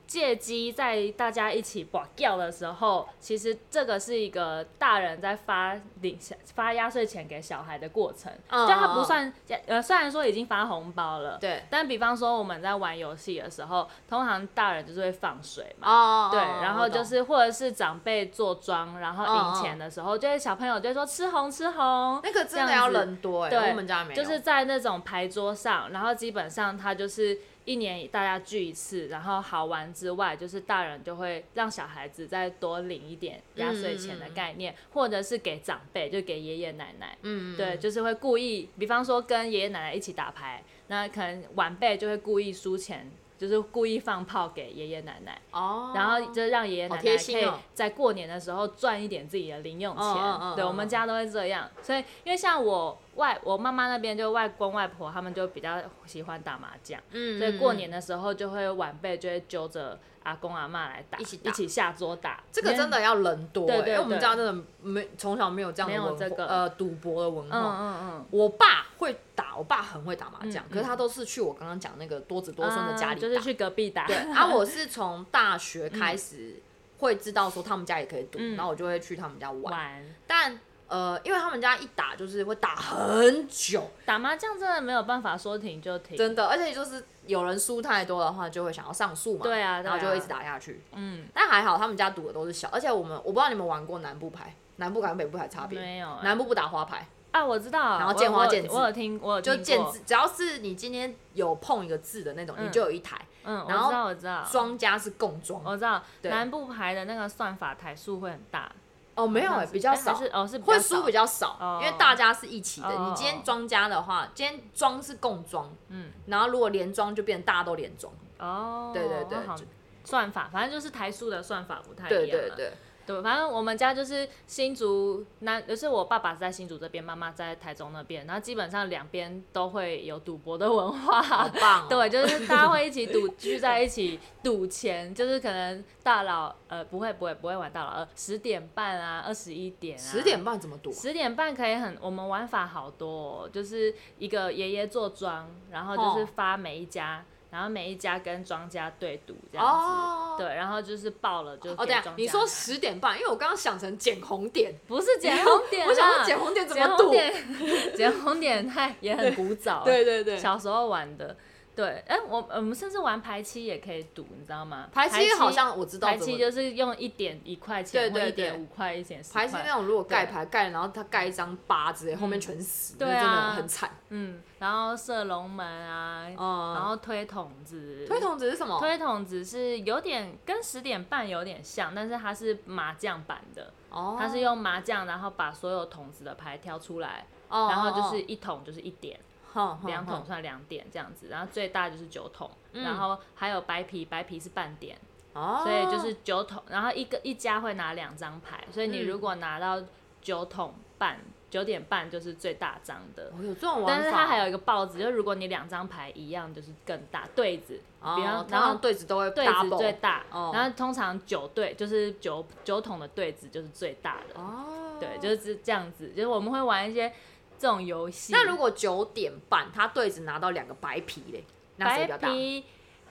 S2: 借机在大家一起把掉的时候，其实这个是一个大人在发领发压岁钱给小孩的过程，
S1: 嗯
S2: 但它不算呃虽然说已经发红包了，
S1: 对
S2: 但比方说我们在玩游戏的时候，通常大人就是会放水嘛。
S1: 哦，
S2: 对，
S1: 哦
S2: 然后
S1: 我
S2: 就，
S1: 懂嗯
S2: 是或者是长辈做庄，然后赢钱的时候，就是小朋友就会说吃红吃红，
S1: 那个真
S2: 这
S1: 的
S2: 样
S1: 要
S2: 子
S1: 人多哎，
S2: 对
S1: 我们家没有，
S2: 就是在那种牌桌上，然后基本上他就是一年大家聚一次，然后好玩之外，就是大人就会让小孩子再多领一点
S1: 嗯
S2: 压岁钱的概念，或者是给长辈，就给爷爷奶奶。
S1: 嗯，
S2: 对，就是会故意，比方说跟爷爷奶奶一起打牌，那可能晚辈就会故意输钱，就是故意放炮给爷爷奶奶，
S1: 哦，
S2: 然后就让爷爷奶
S1: 好
S2: 奶
S1: 贴
S2: 可
S1: 心
S2: 以
S1: 哦
S2: 在过年的时候赚一点自己的零用钱。
S1: 嗯嗯嗯
S2: 对，
S1: 嗯
S2: 我们
S1: 嗯
S2: 家都会这样，所以因为像我外我妈妈那边就外公外婆他们就比较喜欢打麻将，
S1: 嗯，
S2: 所以过年
S1: 嗯嗯
S2: 的时候就会晚辈就会揪着阿公阿妈来打，
S1: 一起打
S2: 一起下桌打。
S1: 这个真的要人多哎，
S2: 对对
S1: 因为我们
S2: 对
S1: 家真的没从小没有这样
S2: 没
S1: 的
S2: 有
S1: 文
S2: 这
S1: 化，
S2: 个
S1: 呃，赌博的文
S2: 嗯
S1: 化，
S2: 嗯嗯，
S1: 我爸会打，我爸很会打麻将，
S2: 嗯
S1: 可是他都是去我刚刚讲那个多子多孙的家里
S2: 啊
S1: 打。
S2: 就是去隔壁打。
S1: 对，啊，我是从大学开始会知道说他们家也可以赌，
S2: 嗯
S1: 然后我就会去他们家玩。
S2: 玩
S1: 但呃，因为他们家一打就是会打很久，
S2: 打麻将真的没有办法说停就停，
S1: 真的，而且就是有人输太多的话，就会想要上诉嘛。
S2: 对啊对
S1: 然
S2: 啊
S1: 后就会一直打下去。
S2: 嗯，
S1: 但还好他们家赌的都是小，而且我们我不知道你们玩过南部牌，南部牌跟北部牌差别。
S2: 没有欸
S1: 南部不打花牌，
S2: 啊，我知道，
S1: 然后
S2: 我
S1: 见花
S2: 我有
S1: 见智
S2: 我有听，我有
S1: 就
S2: 听
S1: 见
S2: 过
S1: 字，只要是你今天有碰一个字的那种，
S2: 嗯
S1: 你就有一台。
S2: 嗯，我
S1: 然后
S2: 知道，我知道，
S1: 庄家是共庄
S2: 我知道，
S1: 对
S2: 南部牌的那个算法台数会很大，
S1: 哦，没有
S2: 好
S1: 哎、
S2: 像是
S1: 比较
S2: 哎还
S1: 少
S2: 是，哦是
S1: 会输比较
S2: 较
S1: 少，
S2: 哦
S1: 因为大家是一起的。
S2: 哦
S1: 你今天庄家的话，今天庄是共庄，
S2: 嗯
S1: 然后如果连庄就变成大家都连庄。
S2: 少哦，
S1: 对对对
S2: 那好
S1: 就
S2: 算法，反正就是台数的算法不太一样
S1: 对
S2: 了，
S1: 对 对，
S2: 对，反正我们家就是新竹，那就是我爸爸是在新竹这边，妈妈在台中那边，然后基本上两边都会有赌博的文
S1: 好
S2: 化。
S1: 棒、哦。
S2: 对，啊就是大家会一起赌，聚在一起赌钱，就是可能大佬呃不会不会不会玩大佬二，十点半啊，二十一点啊，
S1: 十点半怎么赌？
S2: 十点半可以很，我们玩法好多、哦，就是一个爷爷做庄，然后就是
S1: 哦
S2: 发每一家，然后每一家跟庄家对赌这样子，
S1: 哦，
S2: 对，然后啊就是爆了就
S1: 哦，等
S2: 给
S1: 一下
S2: 庄，
S1: 你
S2: 家
S1: 说
S2: 拿
S1: 十点半，因为我刚刚想成捡红点，
S2: 不是捡红点 啦，
S1: 我想说捡红点怎么
S2: 捡红
S1: 赌？
S2: 点， 捡红点太也很古早，
S1: 对对对，
S2: 小时候玩的。对，哎、我我们甚至玩排期也可以赌，你知道吗？
S1: 排
S2: 期
S1: 七好像我知道
S2: 排
S1: 怎
S2: 期
S1: 么。
S2: 就是用一点一块钱，
S1: 对对
S2: 或
S1: 对
S2: 一点五块，一点十
S1: 排七
S2: 块，
S1: 那种，如果盖
S2: 对
S1: 牌盖了，然后他盖一张八之类，后面全死，那
S2: 对啊
S1: 真的很惨。
S2: 嗯，然后射龙门啊，
S1: 嗯，
S2: 然后推筒子，
S1: 推筒子是什么？
S2: 推筒子是有点跟十点半有点像，但是它是麻将版的，
S1: 哦，
S2: 它是用麻将，然后把所有筒子的牌挑出来，
S1: 哦，
S2: 然后就是
S1: 哦
S2: 一筒就是一点，
S1: 哦哼
S2: 两
S1: 哼
S2: 筒算两点这样子，然后最大就是九筒，
S1: 嗯
S2: 然后还有白皮，白皮是半点，
S1: 哦，
S2: 所以就是九筒，然后一个一家会拿两张牌，所以你
S1: 嗯
S2: 如果拿到九筒半，九点半就是最大张的。
S1: 哦有这种玩法，
S2: 但是它还有一个报纸，就是如果你两张牌一样，就是更大对子，
S1: 哦，
S2: 比方
S1: 通
S2: 然后
S1: 常对子都会
S2: 对子最
S1: double
S2: 大，
S1: 哦
S2: 然后通常九对就是九九筒的对子就是最大的，
S1: 哦，
S2: 对，就是这样子，就是我们会玩一些这种游戏。
S1: 那如果九点半他对子拿到两个白皮嘞，那谁
S2: 白
S1: 比较大？
S2: 皮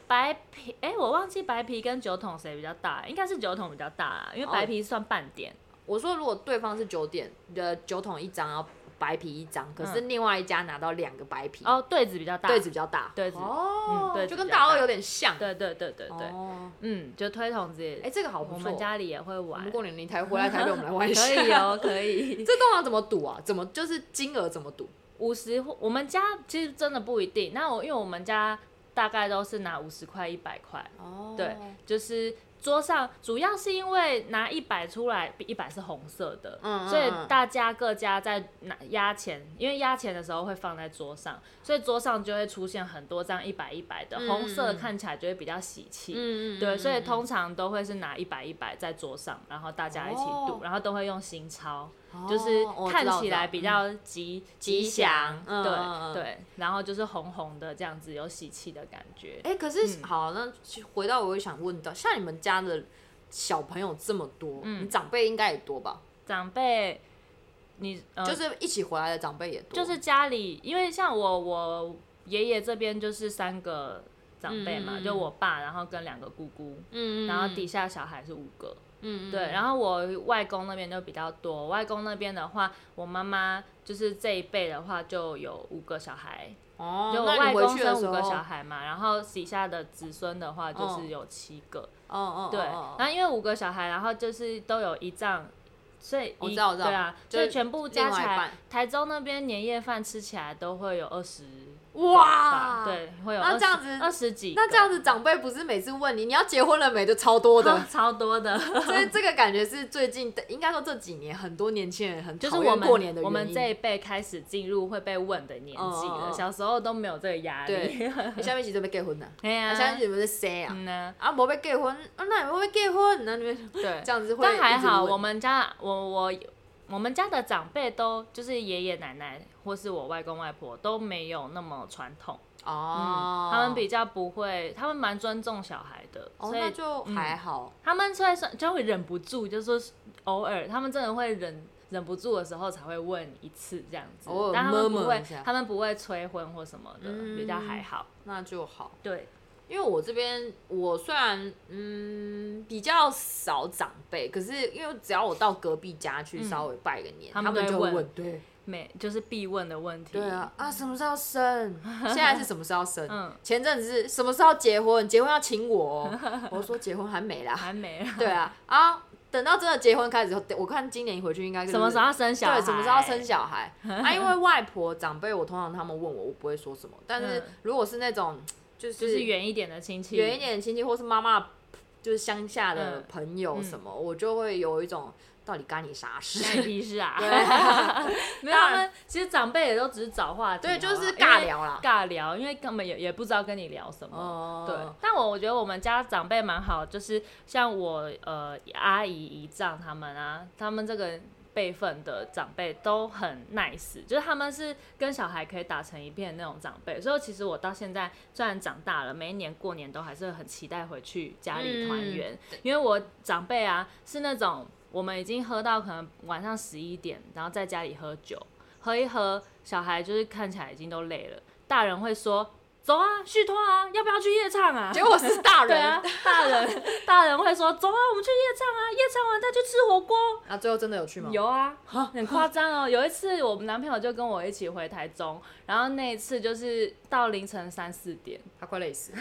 S2: 白皮，哎、我忘记白皮跟九筒谁比较大，应该是九筒比较大啦，因为
S1: 哦
S2: 白皮算半点，
S1: 我说如果对方是九点的九筒一张，然后白皮一张，可是另外一家拿到两个白皮，
S2: 嗯哦，对子比较大，
S1: 对子比较大，
S2: 对子
S1: 哦
S2: 嗯，对子
S1: 就跟
S2: 比较
S1: 大
S2: 大
S1: 二有点像，
S2: 对对对对对，
S1: 哦，
S2: 嗯，就推筒子也，
S1: 哎，这个好不
S2: 我
S1: 错
S2: 们，家里也会
S1: 我
S2: 玩
S1: 们，过年你台回来台北，我们来玩一下，
S2: 可以哦，可 以。
S1: 这通常怎么赌啊？怎么就是金额怎么赌？
S2: 五十，我们家其实真的不一定。那我因为我们家大概都是拿五十块、一百块，
S1: 哦
S2: 对，就是桌上主要是因为拿一百出来，一百是红色的，
S1: 嗯嗯
S2: 所以
S1: 嗯
S2: 大家各家在拿压钱，因为压钱的时候会放在桌上，所以桌上就会出现很多张一百一百的，
S1: 嗯
S2: 红色的
S1: 嗯嗯
S2: 看起来就会比较喜气。
S1: 嗯
S2: 对，所以通常都会是拿一百一百在桌上，然后大家一起赌，
S1: 哦
S2: 然后都会用新钞。
S1: 哦
S2: 就是
S1: 我知
S2: 看
S1: 道
S2: 起
S1: 知道嗯
S2: 来比较吉
S1: 吉祥嗯
S2: 对
S1: 嗯嗯
S2: 对，然后就是红红的这样子，有喜气的感觉。
S1: 哎、可是、
S2: 嗯
S1: 好，那回到我也想问到，像你们家的小朋友这么多，
S2: 嗯
S1: 你长辈应该也多吧？
S2: 长辈，你呃
S1: 就是一起回来的长辈也多，
S2: 就是家里，因为像我我爷爷这边就是三个长辈嘛，
S1: 嗯嗯嗯
S2: 就我爸，然后跟两个姑姑，
S1: 嗯
S2: 然后底下小孩是五个。
S1: 嗯
S2: 对，
S1: 后
S2: 然后我外公那边就比较多。我外公那边的话，我妈妈就是这一辈的话就有五个小孩，
S1: 哦，
S2: 就我
S1: 那
S2: 外
S1: 你回
S2: 公
S1: 去的
S2: 生
S1: 时
S2: 五
S1: 候，
S2: 个小孩嘛，然后底下的子孙的话就
S1: 嗯
S2: 是有七个，
S1: 哦哦，
S2: 对。
S1: 哦
S2: 然后因为五个小孩，然后就是都有一丈，所以
S1: 我
S2: 一
S1: 知道我知道
S2: 对啊，
S1: 就
S2: 就是是全部加
S1: 另外
S2: 起
S1: 一
S2: 来
S1: 半，
S2: 台州那边年夜饭吃起来都会有二十
S1: 哇，。
S2: 对，会有
S1: 那
S2: 20
S1: 这样子
S2: 二十几个，
S1: 那这样子，长辈不是每次问你你要结婚了没，就超多 的。
S2: 超多的，
S1: 所以这个感觉是最近的，应该说这几年很多年轻人很
S2: 就是
S1: 讨
S2: 我
S1: 厌
S2: 们
S1: 过年的原因。
S2: 我们这一辈开始进入会被问的年纪
S1: 嗯嗯
S2: 了，
S1: 嗯
S2: 小时候都没有这个压力。
S1: 你下面几准备结婚呢？
S2: 哎呀
S1: 啊，下面几准备生啊？
S2: 嗯呢，
S1: 啊，没被结婚，啊，那有没被结婚？那你们
S2: 对
S1: 这，样子会一
S2: 但
S1: 直
S2: 还好，
S1: 问
S2: 我们家我我我们家的长辈都就是爷爷奶奶或是我外公外婆都没有那么传统，
S1: 哦，
S2: 他们比较不会，他们蛮尊重小孩的，
S1: 哦，
S2: 所以嗯
S1: 那就还好。
S2: 他们虽然说就会忍不住，就是说偶尔他们真的会忍。忍不住的时候才会问一次这样子，
S1: 偶尔
S2: 但他们不
S1: 摸摸一
S2: 会
S1: 下，
S2: 他们不会催婚或什么的，
S1: 嗯
S2: 比较还好。
S1: 那就好。
S2: 对，
S1: 因为我这边我虽然嗯比较少长辈，可是因为只要我到隔壁家去
S2: 嗯
S1: 稍微拜个年，
S2: 他
S1: 他
S2: 们
S1: 们
S2: 都
S1: 就
S2: 会
S1: 会
S2: 问嗯
S1: 问，对
S2: 每就是必问的问题。
S1: 对啊啊什么时候 生？现在是什么时候生？
S2: 嗯
S1: 前阵子是 什么时候结婚？结婚要请我、哦，我说结婚还没啦。
S2: 还没啊。
S1: 对啊啊，等到真的结婚开始以后，我看今年一回去应该就是
S2: 什么时候要生小孩？
S1: 对，什么时候要生小 孩？啊，因为外婆长辈，我通常他们问我，我不会说什么。但是
S2: 嗯
S1: 如果是那种就
S2: 就是
S1: 是
S2: 远一点的亲戚，
S1: 远一点的亲戚，或是妈妈就是乡下的
S2: 嗯
S1: 朋友
S2: 嗯
S1: 什么，我就会有一种到底干你啥事？
S2: 干你屁事 啊！
S1: 对
S2: 没有，
S1: 当
S2: 他
S1: 然
S2: 们其实长辈也都只是找话题，
S1: 对，就是
S2: 好不好
S1: 尬，聊啦
S2: 因为。尬聊，因为根本也也不知道跟你聊什么。
S1: 哦
S2: 对，但我我觉得我们家长辈蛮好，就是像我呃阿姨姨丈他们啊，他们这个辈分的长辈都很 nice，就是他们是跟小孩可以打成一片的那种长辈，所以其实我到现在虽然长大了，每一年过年都还是很期待回去家里团圆，因为我长辈啊是那种我们已经喝到可能晚上十一点，然后在家里喝酒，喝一喝，小孩就是看起来已经都累了，大人会说。走啊，续托啊，要不要去夜唱啊？
S1: 结果是大
S2: 对
S1: 人，
S2: 啊，大人大人会说走啊，我们去夜唱啊，夜唱完再去吃火锅。
S1: 那最后真的有去吗？
S2: 有啊，很夸张哦。有一次我们男朋友就跟我一起回台中，然后那一次就是到凌晨三四点，
S1: 他快累死了。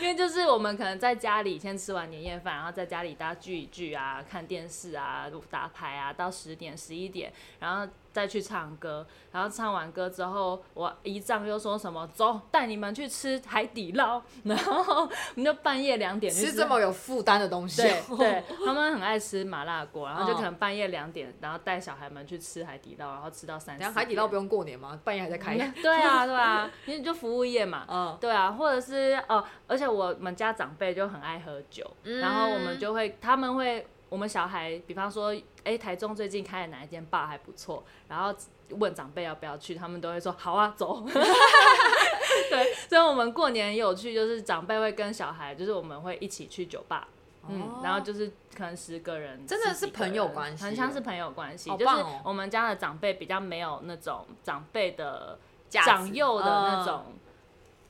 S2: 因为就是我们可能在家里先吃完年夜饭，然后在家里大家聚一聚啊，看电视啊，打牌啊，到十点十一点，然后再去唱歌。然后唱完歌之后，我姨丈又说什么走，带你们去吃海底捞，然后我们就半夜两点去
S1: 吃这么有负担的东西，
S2: 对对，他们很爱吃麻辣锅，然后就
S1: 哦
S2: 可能半夜两点，然后带小孩们去吃海底捞，然后吃到三。
S1: 然后海底捞不
S2: 用
S1: 用过年吗？半夜还在开。
S2: 对啊，对啊，因为就服务业嘛。
S1: 嗯，
S2: 对啊，或者是哦，而且我们家长辈就很爱喝酒，
S1: 嗯
S2: 然后我们就会，他们会，我们小孩，比方说，哎、台中最近开的哪一间 bar 还不错，然后问长辈要不要去，他们都会说好啊， 走。对，所以我们过年也有去，就是长辈会跟小孩，就是我们会一起去酒吧，嗯，然后就是可能十个人，
S1: 哦真的
S2: 十
S1: 是
S2: 几个
S1: 朋友
S2: 人
S1: 关系
S2: 很像是朋友关系，
S1: 好
S2: 就是
S1: 棒哦
S2: 我们家的长辈比较没有那种长辈的
S1: 价值
S2: 长幼的那
S1: 嗯
S2: 种。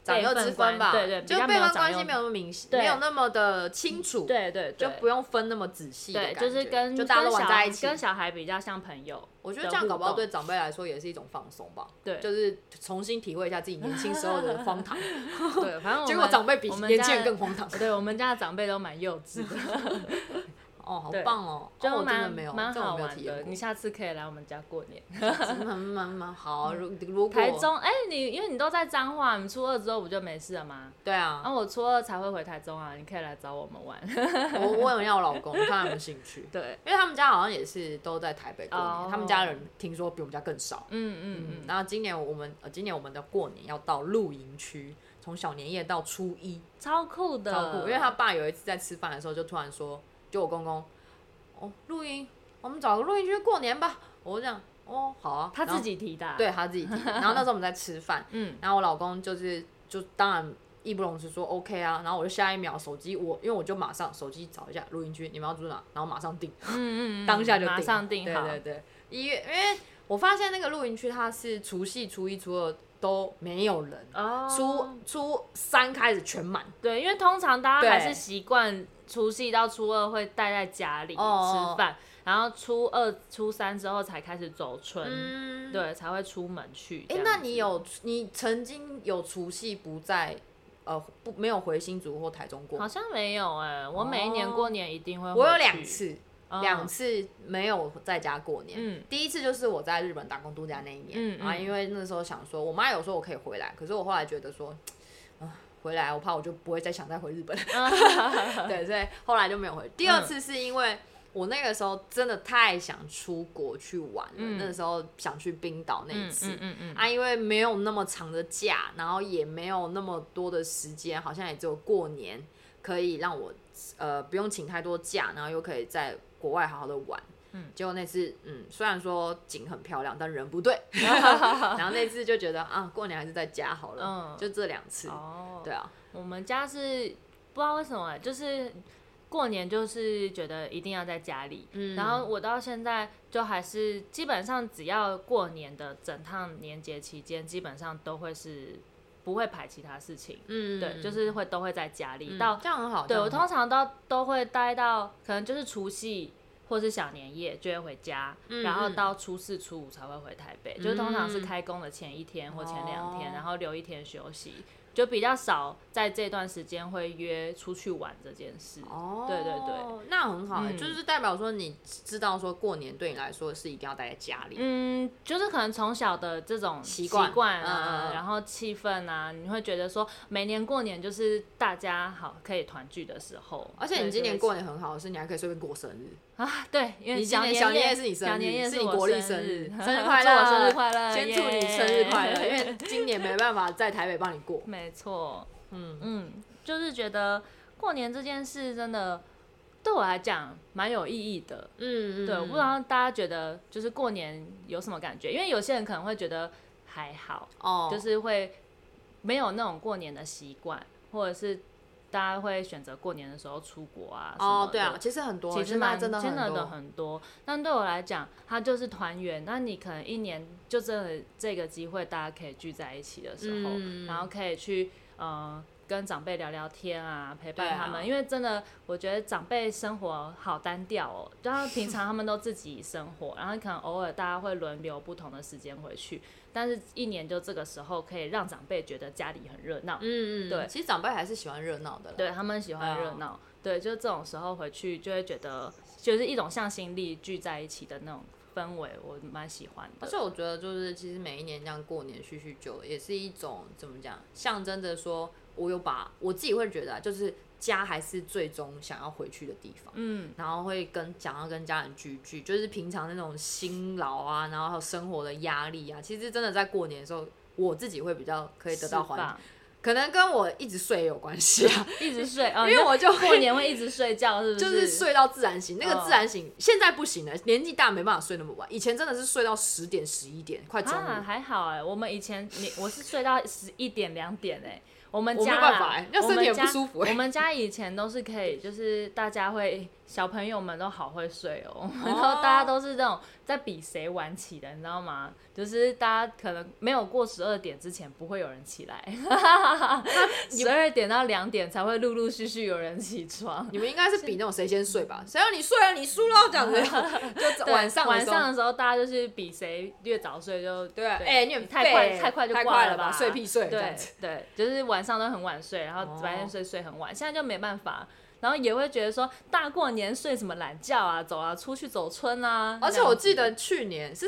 S1: 长幼之分吧，
S2: 辈分关对对
S1: 就
S2: 比较没
S1: 辈
S2: 有
S1: 分
S2: 长
S1: 关
S2: 幼
S1: 系没有那么明显，
S2: 对
S1: 没有那么的清楚，，
S2: 对对
S1: 就
S2: 对，
S1: 不用分那么仔细的
S2: 对，
S1: 感觉，
S2: 就是跟
S1: 就大家都
S2: 跟
S1: 玩
S2: 小
S1: 在一起
S2: 跟。小孩比较像 朋友。
S1: 我觉得这样搞不好
S2: 的互
S1: 对长辈来说也是一种放松吧，
S2: 对
S1: 就是重新体会一下自己年轻时候的荒 唐，
S2: 对，反正我
S1: 结果
S2: 们
S1: 长辈比
S2: 我们
S1: 年
S2: 家
S1: 轻人
S2: 的
S1: 更荒唐。
S2: 对我们家的长辈都蛮幼稚 的，
S1: 哦，好
S2: 对
S1: 棒哦，
S2: 就
S1: 哦我真的
S2: 蛮
S1: 没有，
S2: 蛮
S1: 这我
S2: 好
S1: 没有体
S2: 玩的。
S1: 验
S2: 你
S1: 过，
S2: 下次可以来我们家过年。
S1: 蛮蛮蛮好。啊如如果
S2: 嗯台中，哎，你因为你都在彰化，你初二之后不就没事了吗？
S1: 对
S2: 然
S1: 啊，
S2: 后我初二才会回台中啊，你可以来找我们 玩。
S1: 我我问一下我老公，看他有没有兴趣。
S2: 对，
S1: 因为他们家好像也是都在台北过年
S2: 哦
S1: 他们家人听说比我们家更少。
S2: 嗯嗯
S1: 嗯，然后今年我们呃，今年我们的过年要到露营区，从小年夜到初一，
S2: 嗯，超酷的，
S1: 超酷。因为他爸有一次在吃饭的时候，就突然说，就我公公，哦，露营，我们找个露营区过年吧。我就这样，哦，好啊，
S2: 他
S1: 然后
S2: 自己提的啊，
S1: 对他自己提的。然后那时候我们在吃饭，
S2: 嗯，
S1: 然后我老公就是就当然义不容辞说 OK 啊，然后我就下一秒手机我因为我就马上手机找一下露营区，你们要住哪，然后马上订。
S2: 嗯，嗯嗯，
S1: 当下就
S2: 马
S1: 定
S2: 上订好，
S1: 对对对，一月，因为我发现那个露营区它是除夕、初一、初二都没有人，
S2: 哦，
S1: 初初三开始全满。
S2: 对，因为通常大家还
S1: 对
S2: 是习惯除夕到初二会待在家里吃
S1: 哦
S2: 饭，然后初二、初三之后才开始走春，
S1: 嗯，
S2: 对，才会出门去。
S1: 哎、
S2: 这样
S1: 那
S2: 子
S1: 你有你曾经有除夕不在呃不没有回新竹或台中过
S2: 好
S1: 吗？
S2: 像没有哎、我每一年
S1: 哦
S2: 过年一定会回去，
S1: 我有两次，
S2: 嗯
S1: 两、次没有在家过年。
S2: 嗯
S1: 第一次就是我在日本打工度假那一年，
S2: 嗯嗯
S1: 啊，因为那时候想说，我妈有说我可以回来，可是我后来觉得说，啊，回来我怕我就不会再想再回日本， 对，所以后来就没有回。第
S2: 嗯
S1: 二次是因为我那个时候真的太想出国去玩了，
S2: 嗯
S1: 那时候想去冰岛那一
S2: 嗯
S1: 次。
S2: 嗯嗯嗯，
S1: 啊，因为没有那么长的假，然后也没有那么多的时间，好像也只有过年可以让我呃不用请太多假，然后又可以在国外好好的玩。
S2: 嗯，
S1: 结果那次嗯，虽然说景很漂亮，但人不 对。然后那次就觉得啊，过年还是在家好了。
S2: 嗯
S1: 就这两次。
S2: 哦，
S1: 对啊，
S2: 我们家是不知道为什么欸、就是过年就是觉得一定要在家里，
S1: 嗯
S2: 然后我到现在就还是基本上只要过年的整趟年节期间，基本上都会是不会排其他事情，
S1: 嗯，
S2: 对，就是会都会在家里、
S1: 嗯
S2: 到，
S1: 这样很好。这
S2: 对
S1: 样
S2: 我
S1: 很
S2: 通
S1: 好
S2: 常都都会待到可能就是除夕。或是小年夜就会回家，
S1: 嗯
S2: 然后
S1: 嗯
S2: 到初四、初五才会回台北，就是通常是
S1: 嗯
S2: 开工的前一天或前两天，
S1: 哦
S2: 然后留一天休息。就比较少在这段时间会约出去玩这件事。
S1: 哦，
S2: 对对对，
S1: 那很好、欸
S2: 嗯
S1: 就是代表说你知道说过年对你来说是一定要待在家里，
S2: 嗯，就是可能从小的这种
S1: 习
S2: 习
S1: 惯
S2: 惯
S1: 嗯
S2: 啊，
S1: 嗯嗯
S2: 然后气氛啊，你会觉得说每年过年就是大家好可以团聚的时候。
S1: 而且你
S2: 对
S1: 今
S2: 就
S1: 年
S2: 会
S1: 过年很好的是，你还可以随便过生日。
S2: 啊，对，因为
S1: 你今年
S2: 年
S1: 小
S2: 夜
S1: 年夜是你生日
S2: 小年夜
S1: 是
S2: 是
S1: 你
S2: 我
S1: 国历生
S2: 生
S1: 日
S2: 祝
S1: 生日
S2: 我
S1: 快乐
S2: 生日快乐，
S1: 先祝你
S2: 啊耶。
S1: 生日快乐，因为今年没办法在台北帮你过
S2: 没错，
S1: 嗯，
S2: 嗯，就是觉得过年这件事真的对我来讲蛮有意义的。
S1: 嗯
S2: 对，我不知道大家觉得就是过年有什么感觉？因为有些人可能会觉得还好，
S1: 哦，
S2: 就是会没有那种过年的习惯，或者是大家会选择过年的时候出国啊什么
S1: 哦
S2: 的。，
S1: 对啊，其实很多，
S2: 其
S1: 现
S2: 实
S1: 在
S2: 蛮
S1: 真的
S2: 真
S1: 很
S2: 的
S1: 多，
S2: 很多，但对我来讲，它就是团圆。那你可能一年就真的这个机会，大家可以聚在一起的时候，
S1: 嗯
S2: 然后可以去呃跟长辈聊聊天啊，陪
S1: 对
S2: 伴
S1: 啊
S2: 他们。因为真的，我觉得长辈生活好单调哦，就他们平常他们都自己生活，然后可能偶尔大家会轮流不同的时间回去，但是一年就这个时候可以让长辈觉得家里很热闹，
S1: 嗯嗯，
S2: 对
S1: 其实长辈还是喜欢热闹的啦。
S2: 对他们喜欢
S1: 嗯
S2: 热闹，对，就这种时候回去就会觉得，就是一种向心力聚在一起的那种氛围，我蛮喜欢
S1: 而
S2: 的。
S1: 且我觉得，就是其实每一年这样过年叙叙旧，也是一种怎么讲，象征着说我有把我自己会觉得、啊，就是家还是最终想要回去的地方。
S2: 嗯，
S1: 然后会跟想要跟家人聚聚，就是平常那种辛劳啊，然后还有生活的压力啊，其实真的在过年的时候，我自己会比较可以得到
S2: 释
S1: 缓解，
S2: 放，
S1: 可能跟我一直睡有关系 啊，
S2: 一直睡啊，
S1: 因为
S2: 那
S1: 我就
S2: 过
S1: 会
S2: 年会一直睡觉，是不？
S1: 就是是睡到自然醒，那个
S2: 嗯
S1: 自然醒、现在不行了，年纪大没办法睡那么晚，以前真的是睡到十点十一点，快中午。
S2: 啊，还好哎、我们以前你我是睡到十一点两点哎、我们
S1: 我没
S2: 家
S1: 办法
S2: 啦
S1: 欸那身体
S2: 我们
S1: 也不
S2: 家
S1: 舒服欸
S2: 我们家以前都是可以，就是大家会小朋友们都好会 睡哦、我们都
S1: 哦
S2: 大家都是这种在比谁晚起的，你知道吗？就是大家可能没有过十二点之前不会有人起来，十二点到两点才会陆陆续续有人起床。
S1: 你们应该是比那种谁先睡 吧，谁让你睡啊，你输了这样子，就
S2: 对
S1: 晚上的
S2: 晚
S1: 时候
S2: 上的时候，大家就是比谁越早睡就
S1: 对啊，哎、你很
S2: 太
S1: 废
S2: 快
S1: 欸
S2: 太快就
S1: 太
S2: 挂
S1: 快
S2: 了
S1: 了吧，
S2: 吧
S1: 睡屁睡这
S2: 对
S1: 样子。
S2: 对，就是晚上都很晚睡，然
S1: 哦
S2: 后白天睡睡很晚，现在就没办法。然后也会觉得说，大过年睡什么懒觉啊，走啊，出去走村啊。
S1: 而且
S2: 那样
S1: 我
S2: 子，
S1: 记得去年是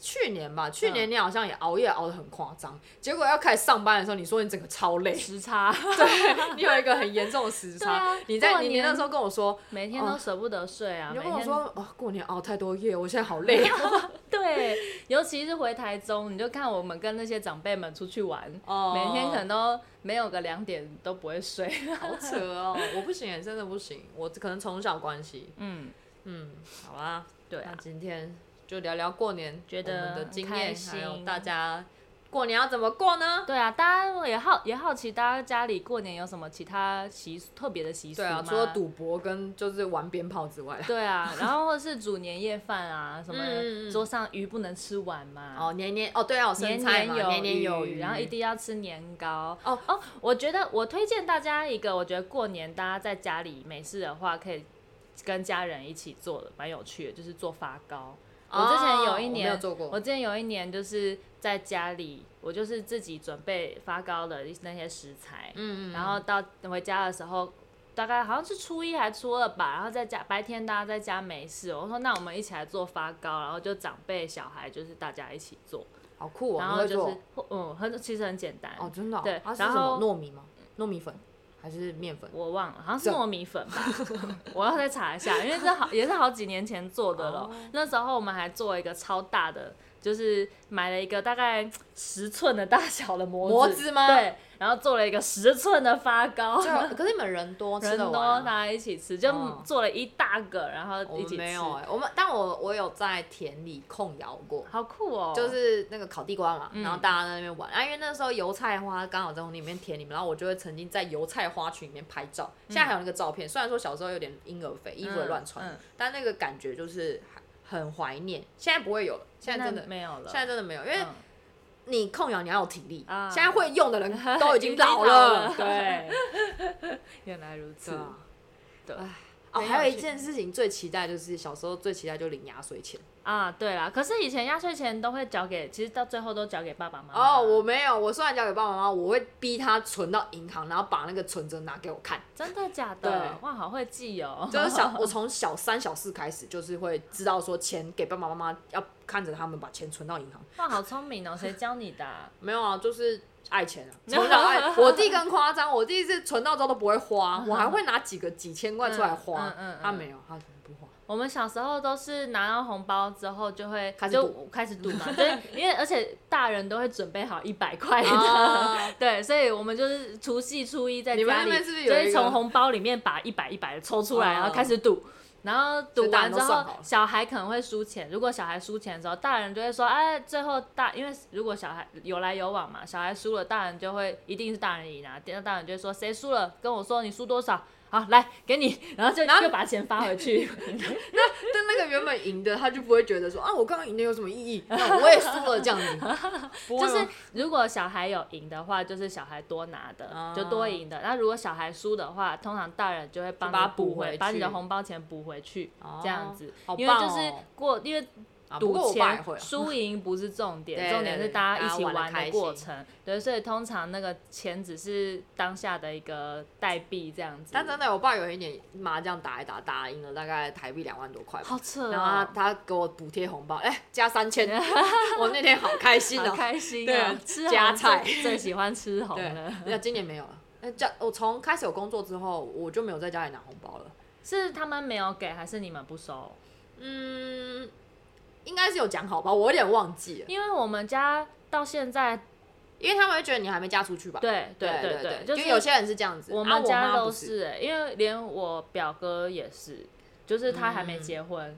S1: 去年吧，去年你好像也熬夜熬得很夸张，结果要开始上班的时候，你说你整个超累
S2: 时差，
S1: 对你有一个很严重的时差。
S2: 对啊
S1: 你在
S2: 过
S1: 你
S2: 年
S1: 你那时候跟我说，
S2: 每天都舍不得睡啊。
S1: 哦你就
S2: 每
S1: 跟我
S2: 天
S1: 说，哦，过年熬太多夜，我现在好 累、啊。
S2: 对，尤其是回台中，你就看我们跟那些长辈们出去玩，
S1: 哦
S2: 每天可能都没有个两点都不会睡。
S1: 好扯哦，我不行，真的不行，我可能从小关系。
S2: 嗯，
S1: 嗯，好啦，
S2: 对
S1: 那
S2: 啊，
S1: 今天就聊聊过年
S2: 觉得
S1: 我们的经
S2: 很
S1: 验，
S2: 开
S1: 还
S2: 心
S1: 有大家过年要怎么过呢？
S2: 对啊，大家也好也好奇，大家家里过年有什么其他习俗特别的习俗
S1: 对啊
S2: 吗，
S1: 除了赌博跟就是玩鞭炮之外，
S2: 对啊，然后或是煮年夜饭啊，什
S1: 嗯嗯嗯
S2: 么桌上鱼不能吃完嘛，
S1: 哦，年年哦，对啊，我生
S2: 年
S1: 菜
S2: 年
S1: 嘛，
S2: 有
S1: 年年有余，
S2: 然后一定要吃年糕。
S1: 哦
S2: 哦，我觉得我推荐大家一个，我觉得过年大家在家里没事的话，可以跟家人一起做的，蛮有趣的，就是做发糕。我之前有
S1: 哦
S2: 一
S1: 我没
S2: 年，
S1: 有做过
S2: 我之前有一年就是在家里，我就是自己准备发糕的那些食材，
S1: 嗯
S2: 然后到回家的时候，大概好像是初一还初二吧，然后在家白天大家在家没事，我说那我们一起来做发糕，然后就长辈小孩就是大家一起做，
S1: 好酷哦，
S2: 然
S1: 你
S2: 后
S1: 会
S2: 就
S1: 做
S2: 是嗯很其实很简单，
S1: 哦，真的哦
S2: 对
S1: 它是
S2: 然
S1: 什么
S2: 后
S1: 糯米吗？糯米粉还是面粉？
S2: 我忘了，好像是糯米粉吧，我要再查一下，因为这好也是好几年前做的了。
S1: 哦
S2: 那时候我们还做一个超大的，就是买了一个大概十寸的大小的模子，
S1: 模子吗
S2: 对，然后做了一个十寸的发糕，
S1: 就啊可是你们人多，吃
S2: 人
S1: 得
S2: 多
S1: 完啊
S2: 大家一起吃，就
S1: 哦
S2: 做了一大个，然后
S1: 我
S2: 一
S1: 们
S2: 起吃，
S1: 没有哎，我们但我我有在田里控窑过。
S2: 好酷哦！
S1: 就是那个烤地瓜嘛，
S2: 嗯
S1: 然后大家在那边玩、啊，因为那时候油菜花刚好在里面田里面，然后我就会曾经在油菜花群里面拍照，现在还有那个照片。虽然说小时候有点婴儿肥，衣服也乱穿，
S2: 嗯嗯
S1: 但那个感觉就是还很怀念。现在不会有了，现在真的
S2: 没有了，
S1: 现在真的没有，因 为
S2: 嗯
S1: 你控氧你要有体力，
S2: 啊
S1: 现在会用的人 都已
S2: 已
S1: 经
S2: 经
S1: 老
S2: 老了
S1: 对，
S2: 原来如
S1: 对
S2: 此，
S1: 啊，
S2: 对
S1: 唉，哦，
S2: 很有
S1: 还有一
S2: 趣
S1: 件事情最期待就是小时候最期待就领压岁钱。
S2: 啊，对啦，可是以前压岁钱都会缴给，其实到最后都缴给爸爸妈妈。
S1: 哦，我没有，我虽然交给爸爸妈妈，我会逼他存到银行，然后把那个存折拿给我 看。
S2: 真的假的？
S1: 对
S2: 哇，好会记哦。
S1: 就是小，我从小三、小四开始，就是会知道说钱给爸爸妈妈要看着他们把钱存到银行。
S2: 哇，好聪明哦！谁教你的啊、
S1: 没有啊，就是爱钱 啊，从小爱。我弟更夸张，我弟是存到之后都不会花，我还会拿几个几千块出来花。
S2: 嗯嗯嗯嗯
S1: 他没有，他不花。
S2: 我们小时候都是拿到红包之后就会
S1: 开始
S2: 就
S1: 赌
S2: 开始赌嘛，对，因为而且大人都会准备好一百块的。
S1: 啊
S2: 对，所以我们就是除夕初一在
S1: 你们
S2: 家
S1: 那
S2: 里，
S1: 边是不是有
S2: 就
S1: 一个
S2: 会从红包里面把一百一百的抽出
S1: 哦
S2: 来，然后开始赌。然后
S1: 所以
S2: 赌
S1: 大
S2: 完
S1: 人
S2: 之
S1: 都
S2: 后
S1: 算好了，
S2: 小孩可能会输钱。如果小孩输钱的时候，大人就会说：“哎，最后大，因为如果小孩有来有往嘛，小孩输了，大人就会一定是大人赢啊。那大人就会说：谁输了跟我说你输多少，好来给你，然后就
S1: 然后
S2: 又把钱发 回去。
S1: 但那个原本赢的，他就不会觉得说啊，我刚刚赢的有什么意义？那我也输了这样子，不会
S2: 就
S1: 吗
S2: 是如果小孩有赢的话，就是小孩多拿的，
S1: 啊
S2: 就多赢的。那如果小孩输的话，通常大人就会帮
S1: 就把
S2: 你
S1: 它补
S2: 回，
S1: 回
S2: 把你的
S1: 去
S2: 红包钱补回去，这样子。
S1: 好
S2: 因为
S1: 棒
S2: 就是
S1: 哦
S2: 过，因为
S1: 啊不过
S2: 赌
S1: 我爸也
S2: 钱
S1: 会啊
S2: 输赢不是重点，
S1: 对
S2: 重点
S1: 对
S2: 是
S1: 对
S2: 大家
S1: 大
S2: 一
S1: 家
S2: 起
S1: 玩得
S2: 玩的
S1: 开
S2: 过
S1: 心
S2: 程。对，所以通常那个钱只是当下的一个代币这样子。
S1: 但真的，我爸有一年麻将打一打，打赢了大概台币两万多块吧。
S2: 好扯
S1: 然后他
S2: 哦，
S1: 他给我补贴红包，哎、加三 千，我那天好开心
S2: 好
S1: 哦、
S2: 开心
S1: 对
S2: 啊
S1: 啊！
S2: 吃
S1: 加
S2: 红
S1: 菜
S2: 最最喜欢吃红了
S1: 对，，那今年没有了。那家我从开始有工作之后，我就没有在家里拿红包了。
S2: 是他们没有给，还是你们不收？
S1: 嗯，应该是有讲好吧，我有点忘记了，
S2: 因为我们家到现在，
S1: 因为他们会觉得你还没嫁出去吧？
S2: 对
S1: 对
S2: 对
S1: 对，
S2: 就
S1: 就是有些人是这样子，
S2: 我
S1: 啊
S2: 们家
S1: 妈不
S2: 都
S1: 是。
S2: 是、欸因为连我表哥也是，就是他还没
S1: 嗯
S2: 结婚，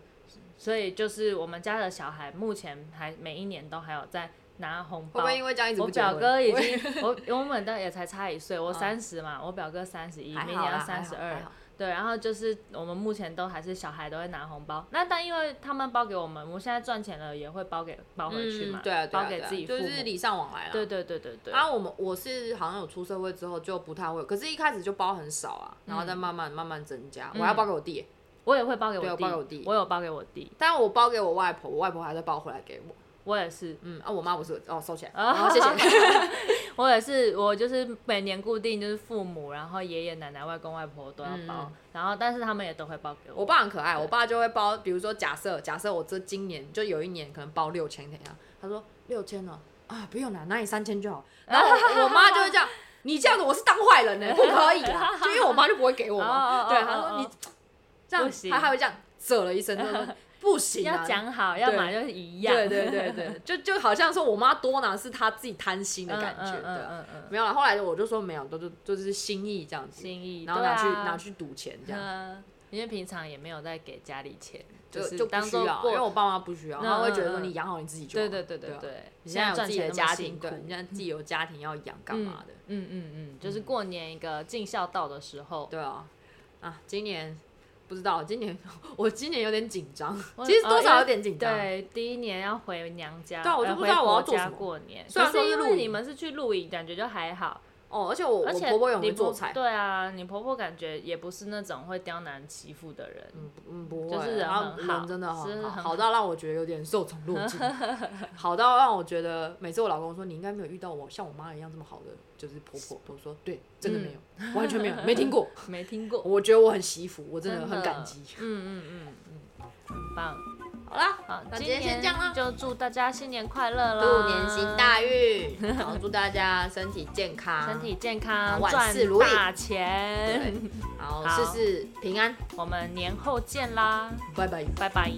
S2: 所以就是我们家的小孩目前还每一年都还有在拿红
S1: 会
S2: 包。
S1: 不会因为这样一直
S2: 我
S1: 不结婚
S2: 表哥已
S1: 我也
S2: 经，我我们的也才差一岁，我
S1: 嗯
S2: 三十嘛，我表哥三十一，
S1: 还
S2: 明
S1: 好
S2: 年要
S1: 啦，
S2: 三十
S1: 还好
S2: 二
S1: 还。好
S2: 对，然后就是我们目前都还是小孩都会拿红包，那但因为他们包给我们，我现在赚钱了也会包给包回去嘛，
S1: 嗯、对啊，对啊
S2: 包给
S1: 对啊
S2: 自己父
S1: 就
S2: 母。
S1: 是礼尚往来啦。
S2: 对对对对对。
S1: 然后我们我是好像有出社会之后就不太会，可是一开始就包很少啊，然后再慢慢、慢慢增
S2: 嗯
S1: 加。我要包给我弟耶，
S2: 我也会包给我
S1: 对我
S2: 弟，
S1: 包给我弟
S2: 有包给我弟，
S1: 但我包给我外婆，我外婆还在包回来给我。
S2: 我也是，
S1: 嗯，啊，我妈不是哦，收 起来，
S2: 啊
S1: 好、谢谢。
S2: 我也是，我就是每年固定就是父母，然后爷爷奶奶、外公外婆都要包，
S1: 嗯
S2: 然后但是他们也都会包给
S1: 我
S2: 我。
S1: 爸很可爱，我爸就会包，比如说假设假设我这今年就有一年可能包六千怎样，他说六千哦，啊不用啦，拿你三千就好。然后我我妈就会 这样。你这样子我是当坏人呢、不可以啦！就因为我妈就不会给我
S2: 哦哦
S1: 嘛，
S2: 哦
S1: 对，
S2: 哦
S1: 她
S2: 哦
S1: 说你
S2: 哦
S1: 这样
S2: 不，行
S1: 她还会这样啧了一声，她说 不行、啊，
S2: 要讲好，要么就是一样。
S1: 对对 对对，就就好像说我妈多拿是她自己贪心的
S2: 嗯，
S1: 感觉
S2: 嗯嗯
S1: 对啊
S2: 嗯嗯嗯，
S1: 没有了，后来我就说没有，都就就是心意这样子，
S2: 心意，
S1: 然后拿去、
S2: 对啊
S1: 拿去赌钱这样，
S2: 嗯，因为平常也没有在给家里钱，
S1: 就是就不
S2: 当
S1: 需
S2: 做
S1: 要，因为
S2: 过。
S1: 我爸妈不需要，他
S2: 嗯
S1: 会觉得
S2: 嗯
S1: 说
S2: 嗯
S1: 你养好你自己就好。
S2: 对对对对
S1: 啊
S2: 对，
S1: 你现在有
S2: 赚
S1: 自己
S2: 钱
S1: 的
S2: 那么
S1: 家
S2: 辛
S1: 庭，
S2: 苦
S1: 对，你现在自己有家庭要养干嘛的？
S2: 嗯嗯嗯，就是过年一个尽孝道的时候，
S1: 对啊，啊，今年不知道，今年我今年有点紧张，
S2: 我
S1: 其实多
S2: 呃因
S1: 少
S2: 为
S1: 有点紧张。
S2: 对，第一年要回娘家，
S1: 对啊我就
S2: 呃
S1: 不知道
S2: 回
S1: 我要
S2: 婆
S1: 做
S2: 家
S1: 什么
S2: 过年。
S1: 虽然
S2: 可
S1: 说
S2: 是因
S1: 是
S2: 为
S1: 露
S2: 你
S1: 营
S2: 们是去露营，感觉就还好，
S1: 哦，而且我
S2: 而
S1: 我
S2: 且
S1: 婆婆也
S2: 你
S1: 会
S2: 婆
S1: 做菜，
S2: 对啊，你婆婆感觉也不是那种会刁难欺负的人。
S1: 嗯嗯，不会，
S2: 就是人
S1: 然后
S2: 很好
S1: 人真的很
S2: 是
S1: 好，
S2: 很
S1: 好到让我觉得有点受宠若 惊，好到让我觉得每次我老公说你应该没有遇到我像我妈一样这么好的，就是婆婆，我说对，真的没有，完全没有，没听过。
S2: 没听过，
S1: 我觉得我很惜福，我真
S2: 真
S1: 的很感激。
S2: 嗯嗯嗯嗯，很棒。
S1: 好啦，
S2: 嗯好，
S1: 那
S2: 今
S1: 今天先这样啦
S2: 年就祝大家新年快乐啦！
S1: 兔年行，大运， 然后祝大家身体健康，
S2: 身体健康，
S1: 万
S2: 赚
S1: 事如意
S2: 大钱
S1: 对。，然后
S2: 好
S1: 事事平安，
S2: 我们年后见啦，
S1: 拜拜。
S2: 拜拜。